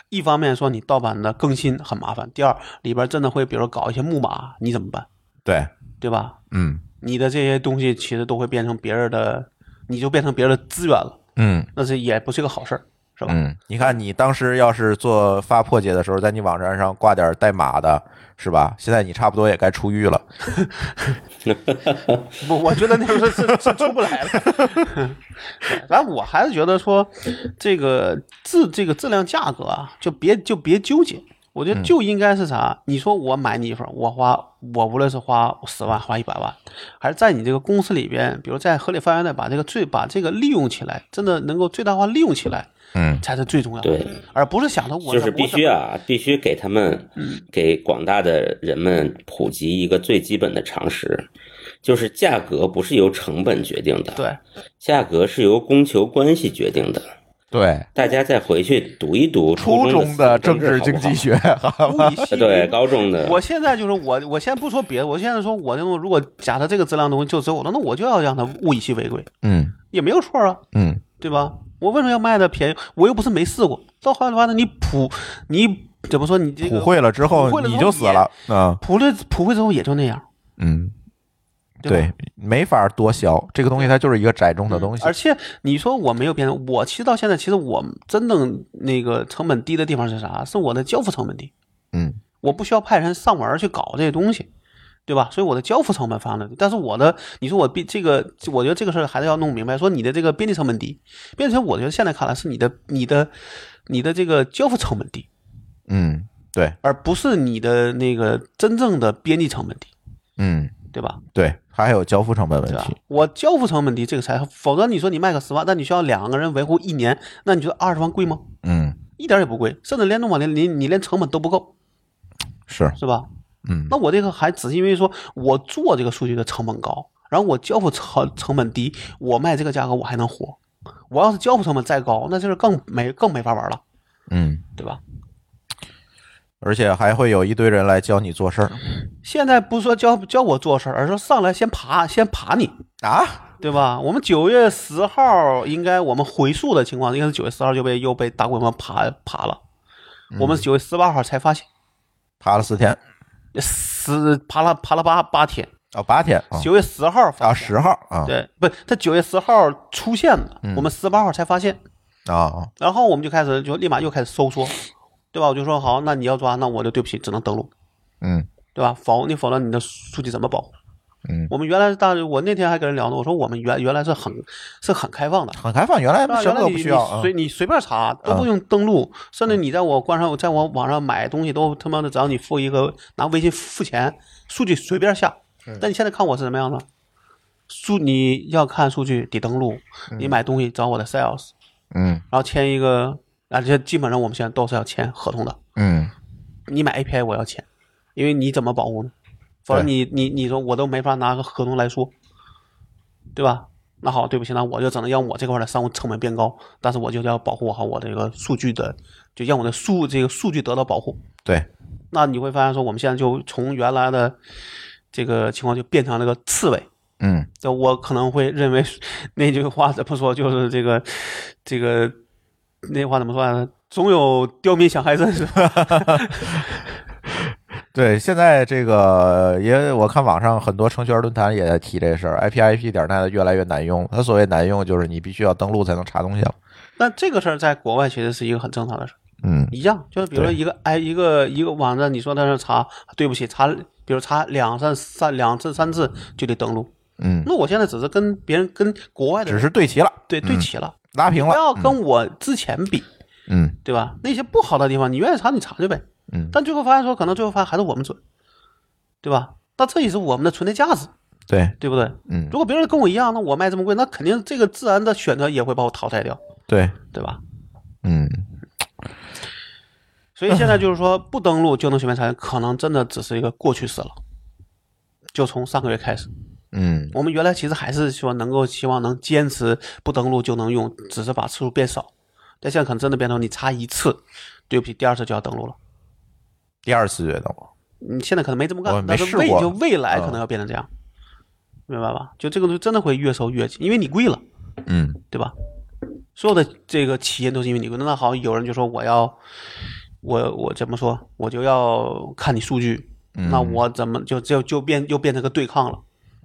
一方面说你盗版的更新很麻烦，第二里边真的会比如搞一些木马，你怎么办，
对，
对吧？
嗯，
你的这些东西其实都会变成别人的，你就变成别人的资源了，
嗯
那是也不是个好事儿，是吧？
嗯，你看你当时要是做发破解的时候，在你网站上挂点代码的，是吧？现在你差不多也该出狱了。
我我觉得那时候是是出不来了。反正我还是觉得说，这个质这个质量价格啊，就别就别纠结。我
嗯
觉得就应该是啥？你说我买你衣服，我花我无论是花十万、花一百万，还是在你这个公司里边，比如在合理范围内把这个最把这个利用起来，真的能够最大化利用起来，
嗯
才是最重要的。
对，
而不是想着我嗯
就是
怎么
必须啊，必须给他们，给广大的人们普及一个最基本的常识，就是价格不是由成本决定的，
对
价格是由供求关系决定的。
对，
大家再回去读一读
初
中
中的
的政
政治经济
学，
学，啊哈哈
物以稀为
对
贵
高中的，
我现在就是我，我现在不说别的，我现在说我那种如果假设这个质量东西就只有我的，那我就要让它物以稀为贵，
嗯
也没有错啊，
嗯
对吧？我为什么要卖的便宜？我又不是没试过。到后来的话呢，你普你怎么说？你这
普
个
惠了之后
普惠了之后
你就死了。嗯
普了普惠之后也就那样，
嗯，
对
对
吧，嗯
没法多销，这个东西它就是一个窄中的东西
而。且你说我没有变，我其实到现在，其实我真正那个成本低的地方是啥？是我的交付成本低。
嗯，
我不需要派人上门儿去搞这些东西，对吧？所以我的交付成本放的，但是我的，你说我变这个，我觉得这个事儿还是要弄明白，说你的这个边际成本低，变成我觉得现在看来是你的、你的、你的这个交付成本低，
嗯，对，
而不是你的那个真正的边际成本低，
嗯啊
对吧？
对，还有交付成本问
对吧
题。？
我交付成本低，这个才，否则你说你卖个十万，那你需要两个人维护一年，那你觉得二十万贵吗？
嗯，
一点儿也不贵，甚至连弄网连你你连成本都不够，
是，
是吧？
嗯
那我这个还只是因为说我做这个数据的成本高，然后我交付成成本低，我卖这个价格我还能活。我要是交付成本再高，那就是更没更没法玩了，
嗯，
对吧？
而且还会有一堆人来教你做事儿
现在不是说教教我做事儿，而是说上来先爬，先爬你，
啊。
对吧？我们九月十号应该我们回溯的情况，应该是九月十号就被又被大规模爬爬了，
嗯
我们九月十八号才发现，
爬了四天
十爬了爬了八八天，
哦，八天啊
九月十号发
啊，
现
十号啊嗯
对，不，他九月十号出现的，我们十八号才发现，
啊啊
然后我们就开始就立马又开始收缩，对吧？我就说好，那你要抓，那我就对不起，只能登录，
嗯
对吧？否你否则你的数据怎么保护？
嗯，
我们原来是大，我那天还跟人聊呢，我说我们原原来是很是很开放的，
很开放，原来
对吧？
什
原来
么都
你
不需
你
要啊。嗯
随你随便查都不用登录，甚至你在我官上在我网上买东西都他妈的只要你付一个拿微信付钱，数据随便下。
嗯
但你现在看我是什么样的？数你要看数据得登录，你买东西找我的 sales，
嗯
然后签一个，啊，这基本上我们现在都是要签合同的。
嗯
你买 API 我要签，因为你怎么保护呢？否则
对
你你你说我都没法拿个合同来说，对吧？那好，对不起，那我就只能让我这块的商务成本变高，但是我就要保护好我这个数据的，就让我的数这个数据得到保护。
对，
那你会发现说，我们现在就从原来的这个情况就变成了个刺猬。
嗯
那我可能会认为那句话怎么说，就是这个这个那话怎么说来着？总有刁民想害 朕，是吧？
对，现在这个也我看网上很多程序员论坛也在提这事儿，IPIP 点 net 越来越难用。它所谓难用，就是你必须要登录才能查东西了。
那这个事儿在国外其实是一个很正常的事儿，
嗯
一样，就是比如说一个哎一个一个网站，你说在那查，对不起，查，比如查两三三两次三次就得登录。
嗯，
那我现在只是跟别人跟国外的
只
人
是嗯对齐了，
对对齐了，
拉平
不
了。
要跟我之前比，
嗯
对吧？那些不好的地方，你愿意查你查去呗。
嗯，
但最后发现说，可能最后发现还是我们准，对吧？那这也是我们的存在价值，
对，
对不对？
嗯
如果别人跟我一样，那我卖这么贵，那肯定这个自然的选择也会把我淘汰掉，
对，
对吧？
嗯
所以现在就是说，不登录就能随便查询，可能真的只是一个过去式了。就从上个月开始，
嗯
我们原来其实还是希望能够希望能坚持不登录就能用，只是把次数变少。但现在可能真的变成你查一次，对不起，第二次就要登录了。
第二次觉得我，
你现在可能没这么
我
干，
没
但是
试
未
过嗯
就未来可能要变成这样，明白吧？就这个东西真的会越收越紧，因为你贵了。
嗯
对吧？所有的这个起因都是因为你。那好，有人就说我要，我我怎么说，
嗯
我就要看你数据，那我怎么就就就变又变成个对抗了？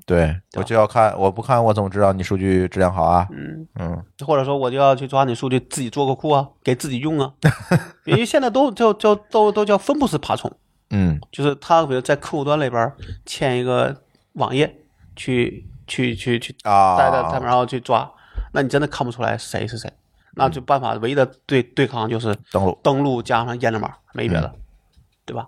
对
对
我就要看，我不看我怎么知道你数据质量好啊？
嗯，
嗯，
或者说我就要去抓你数据，自己做个库啊，给自己用啊，因为现在都叫叫都都叫分布式爬虫，
嗯
就是它比如在客户端里边儿嵌一个网页去去去去
啊，
带着他们，然后去抓，那你真的看不出来谁是谁。那就办法唯一的对对抗就是
登录
登录加上验证码，没别的，对吧？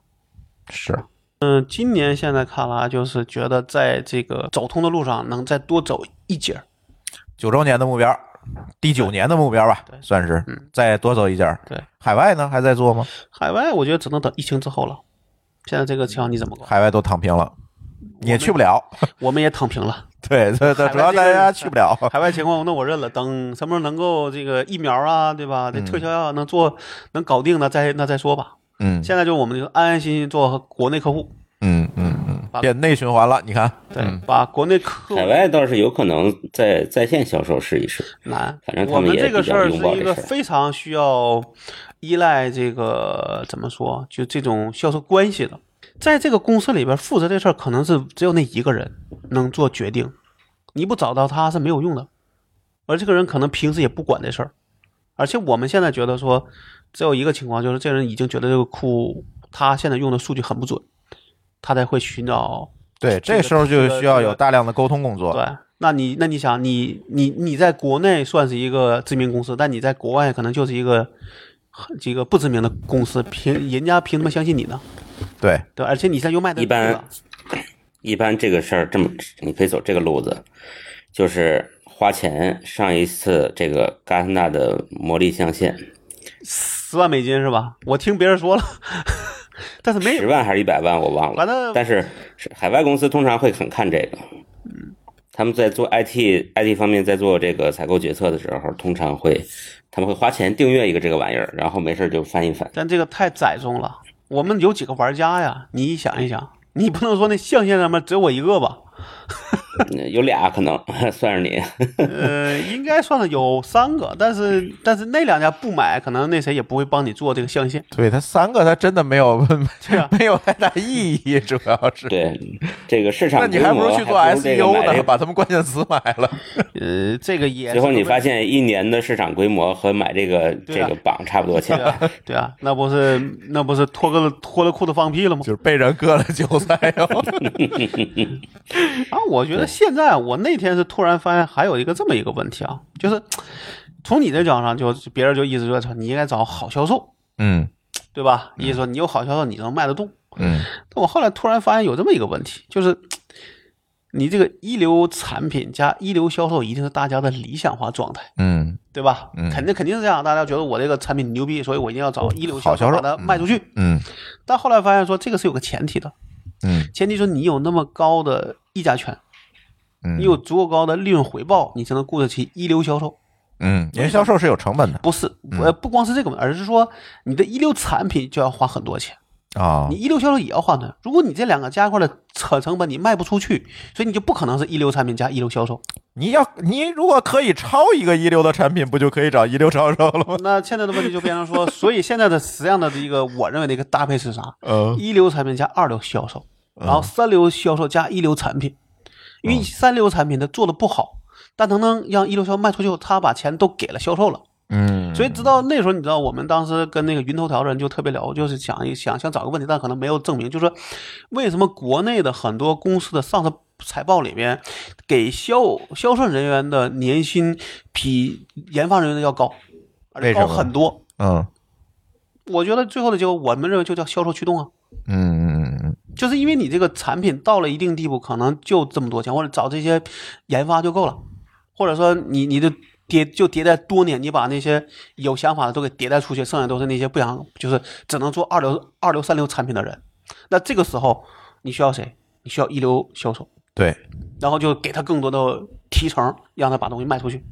是，
嗯，今年现在看来就是觉得在这个走通的路上能再多走一截儿。
九周年的目标，第九年的目标吧，算是再多走一截儿。
嗯对，
海外呢还在做吗？
海外我觉得只能等疫情之后了。现在这个情况你怎么搞？
海外都躺平了，你也去不了。
我们也躺平了，
对，这这
海外
主要
这个
大家去不了。
海外情况那我认了。等什么时候能够这个疫苗啊，对吧？这特效药能做能搞定那再那再说吧。
嗯
现在就我们就安安心心做国内客户，
嗯嗯嗯，变内循环了。你看，
对，把国内客户
海外倒是有可能在在线销售试一试，
难。
反正他
我
们
们
也
这个
比
事
较
儿
拥
是
抱
一
这
个
事儿
非常需要依赖这个怎么说，就这种销售关系的。在这个公司里边，负责这事儿可能是只有那一个人能做决定，你不找到他是没有用的。而这个人可能平时也不管这事儿，而且我们现在觉得说，只有一个情况就是，这人已经觉得这个库他现在用的数据很不准，他才会寻找
对，
这
这
个
时候就
这个
需要
这个
有大量的沟通工作。
对，那你那你想，你你你在国内算是一个知名公司，但你在国外可能就是一个这个不知名的公司，凭人家凭什么相信你呢？
对，
对，而且你现在又卖的
一般一般这个事儿这么，你可以走这个路子，就是花钱上一次这个戛纳的魔力象限，
十万美金是吧？我听别人说了， 但是没
十
有，
万还是一百万我忘
反
了，
正
但是是海外公司通常会很看这个。他们在做 IT IT 方面，在做这个采购决策的时候，通常会他们会花钱订阅一个这个玩意儿，然后没事儿就翻一翻。
但这个太窄众了。我们有几个玩家呀？你想一想，你不能说那象限上面只有我一个 吧？
嗯有俩可能 算是你，
呃，应该算是有三个，但是但是那两家不买，可能那谁也不会帮你做这个象限。
对他三个，他真的没有
啊
没有太大意义，主要是。
对这个市
那
场
你
规
还不
模
如去做 E
还不如这个
SEO
买这
呢，
个。
把他们关键词买了。
呃，这个也
最后
是
你
个
发现一年的市场规模和买这个
对
这
啊
个榜差不多钱
对， 啊，对啊，那不是那不是脱个脱了裤子放屁了吗？
就是被人割了韭菜 哟。
啊，我觉得现在我那天是突然发现还有一个这么一个问题啊，就是从你这角度上就，就别人就一直说你应该找好销售，
嗯
对吧？意思说你有好销售，你能卖得动。
嗯
但我后来突然发现有这么一个问题，就是你这个一流产品加一流销售一定是大家的理想化状态。
嗯
对吧？
嗯
肯定肯定是这样，大家觉得我这个产品牛逼，所以我一定要找一流
好销售
把它卖出去。
嗯
但后来发现说这个是有个前提的，
嗯
前提说你有那么高的议价权，
嗯
你有足够高的利润回报，你才能雇得起一流销售。
嗯，因为销售是有成本的
不是，呃，
嗯
不光是这个问题，而是说你的一流产品就要花很多钱，
啊
你。一流销售也要花的。如果你这两个加一块的扯成本，你卖不出去，所以你就不可能是一流产品加一流销售。
你要你如果可以超一个一流的产品，不就可以找一流销售了 吗？
那现在的问题就变成说，所以现在的实际上的一个我认为的一个搭配是啥？
嗯
一流产品加二流销售，然后三流销售加一流产品，因
嗯
为三流产品它做的不好，但它能让一流销售卖出去后，他把钱都给了销售了。
嗯，
所以直到那时候，你知道我们当时跟那个云头条的人就特别聊，就是想一想想找个问题，但可能没有证明，就是说为什么国内的很多公司的上市财报里边，给销销售人员的年薪比研发人员的要高，而且
为什
高
么
很多。
嗯
我觉得最后的结果，我们认为就叫销售驱动啊。
嗯嗯嗯
就是因为你这个产品到了一定地步，可能就这么多钱，或者找这些研发就够了，或者说你你的迭就迭代多年，你把那些有想法的都给迭代出去，剩下都是那些不想就是只能做二流、二流、三流产品的人。那这个时候你需要谁？你需要一流销售，
对，
然后就给他更多的提成，让他把东西卖出去，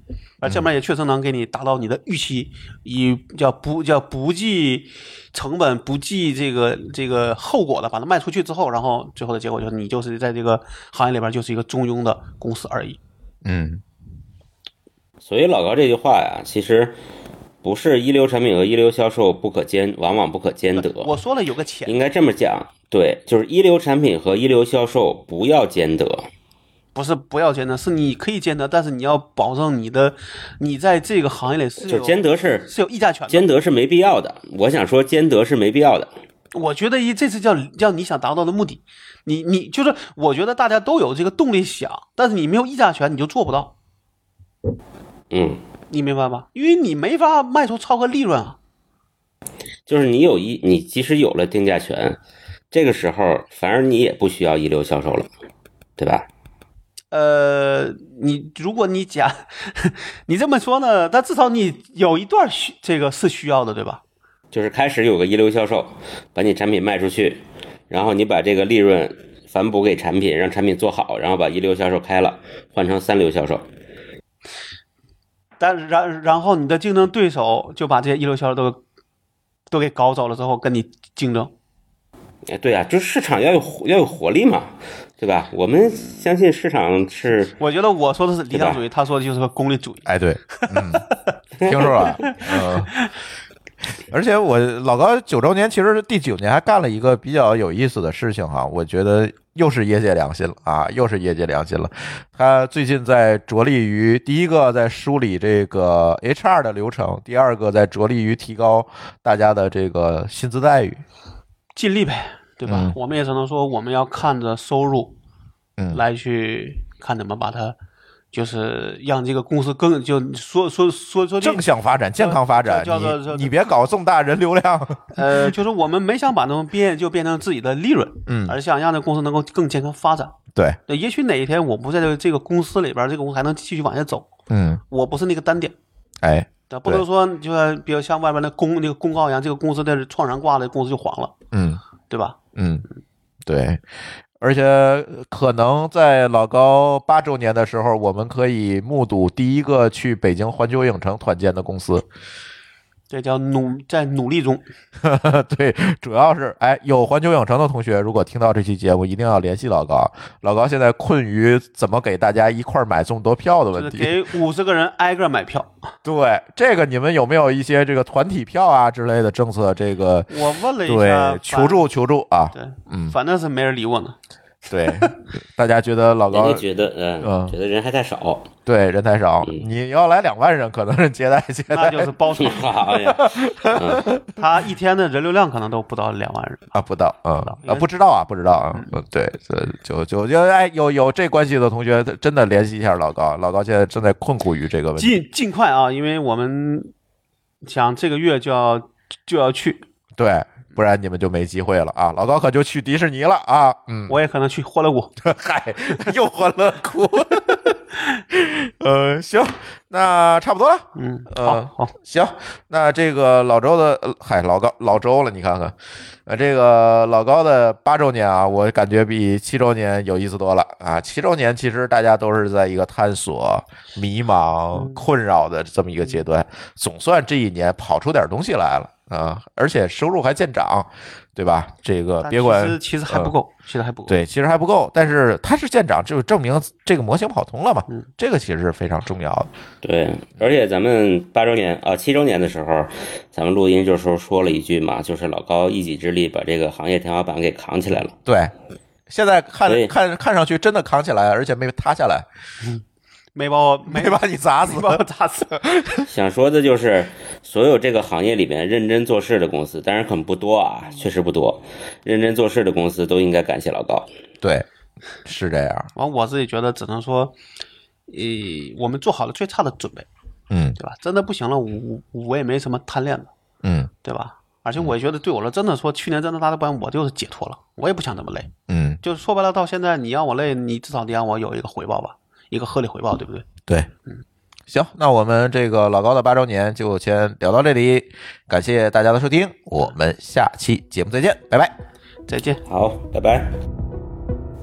而这边也确实能给你达到你的预期，以叫不叫不计成本、不计这个这个后果的把它卖出去之后，然后最后的结果就是你就是在这个行业里边就是一个中庸的公司而已。
嗯
所以老高这句话呀，其实不是一流产品和一流销售不可兼，往往不可兼得。
我说了有个前，
应该这么讲，对，就是一流产品和一流销售不要兼得，
不是不要兼得，是你可以兼得，但是你要保证你的你在这个行业里是
就
有
兼得是
是有啊议价权的。
兼得是没必要的。我想说兼得是没必要的。
我觉得一这次叫叫你想达到的目的，你你就是我觉得大家都有这个动力想，但是你没有议价权，你就做不到，
嗯，
你明白吗？因为你没法卖出超额利润啊。
就是你有一，你即使有了定价权，这个时候反而你也不需要一流销售了，对吧？
呃，你如果你假， 你这么说呢，但至少你有一段需这个是需要的，对吧？
就是开始有个一流销售，把你产品卖出去，然后你把这个利润反哺给产品，让产品做好，然后把一流销售开了，换成三流销售。
但然然后你的竞争对手就把这些一流销售都都给搞走了之后，跟你竞争。
哎，对啊，就是市场要有活要有活力嘛，对吧？我们相信市场是
我觉得我说的是理想主义，他说的就是个功利主义。
哎，对，嗯，听说 了，嗯。而且我老高九周年，其实第九年还干了一个比较有意思的事情哈，我觉得又是业界良心了啊，又是业界良心了。他最近在着力于第一个在梳理这个 HR 的流程，第二个在着力于提高大家的这个薪资待遇。
尽力呗，对吧？
嗯
我们也只能说我们要看着收入，
嗯
来去看怎么把它，就是让这个公司更就说说说说句
正向发展，健康发展，
叫叫叫叫
你你别搞这么大人流量。
呃，就是我们没想把它们变就变成自己的利润，
嗯
而想让这公司能够更健康发展。
对，
对，也许哪一天我不在这个这个公司里边，这个公司还能继续往下走。
嗯，
我不是那个单点，
哎，
对，不能说就是比如像外边的公那个公告一样，这个公司的创然挂了，公司就黄了，
嗯。
对吧？
嗯，对，而且可能在老高八周年的时候，我们可以目睹第一个去北京环球影城团建的公司。
这叫努在努力中。
对，主要是哎，有环球影城的同学，如果听到这期节目，一定要联系老高。老高现在困于怎么给大家一块儿买这么多票的
就是
问题。
给五十个人挨个买票。
对，这个你们有没有一些这个团体票啊之类的政策？这个
我问了一下，
对，求助求助啊！
反，对，
嗯
反正是没人理我 呢。
对，大家觉得老
人
高
家觉得，嗯、
嗯
觉得人还太少，
对，人太少，
嗯
你要来两万人，可能是接待接
那
待
就是包 场，
哎呀，嗯，
他一天的人流量可能都不到两万人。
啊，不到，嗯
因为
啊，不知道啊，不知道啊，嗯，对，这就就就哎，有有这关系的同学，真的联系一下老高，老高现在正在困苦于这个问题，
尽尽快啊，因为我们想这个月就要就要去，
对，不然你们就没机会了啊，老高可就去迪士尼了啊，嗯，
我也可能去欢乐谷。
嗨， 又欢乐谷， 呃，行，那差不多了，
嗯，
呃
好好，
行，那这个老周的，呃嗨，老高老周了，你看看，呃，这个老高的八周年啊，我感觉比七周年有意思多了啊。七周年其实大家都是在一个探索、迷
嗯
茫、困扰的这么一个阶段，总算这一年跑出点东西来了啊，而且收入还见涨，对吧？这个
但
呃别管呃
其实其实还不够，其实还不够。，
对，其实还不够，但是它是见涨，就证明这个模型跑通了嘛
嗯，
这个其实是非常重要的。
对，而且咱们八周年啊七周年的时候，咱们录音就时候说了一句嘛，就是老高一己之力把这个行业天花板给扛起来了。
对，现在看
所以
看看上去真的扛起来，而且没塌下来，
没把 我没
没把你砸死
没。把我砸死。
想说的就是，所有这个行业里面认真做事的公司，当然可能不多啊，确实不多，认真做事的公司都应该感谢老高。
对，是这样。
完，我自己觉得只能说，呃，我们做好了最差的准备，
嗯
对吧？真的不行了，我我我也没什么贪恋的。
嗯
对吧？而且我也觉得对我来说真的说，去年真的拉的班，我就是解脱了，我也不想这么累。
嗯，
就是说白了，到现在你让我累，你至少得让我有一个回报吧，一个合理回报，对不对？
对，行，那我们这个老高的八周年就先聊到这里，感谢大家的收听，我们下期节目再见，拜拜。
再见。
好，拜拜。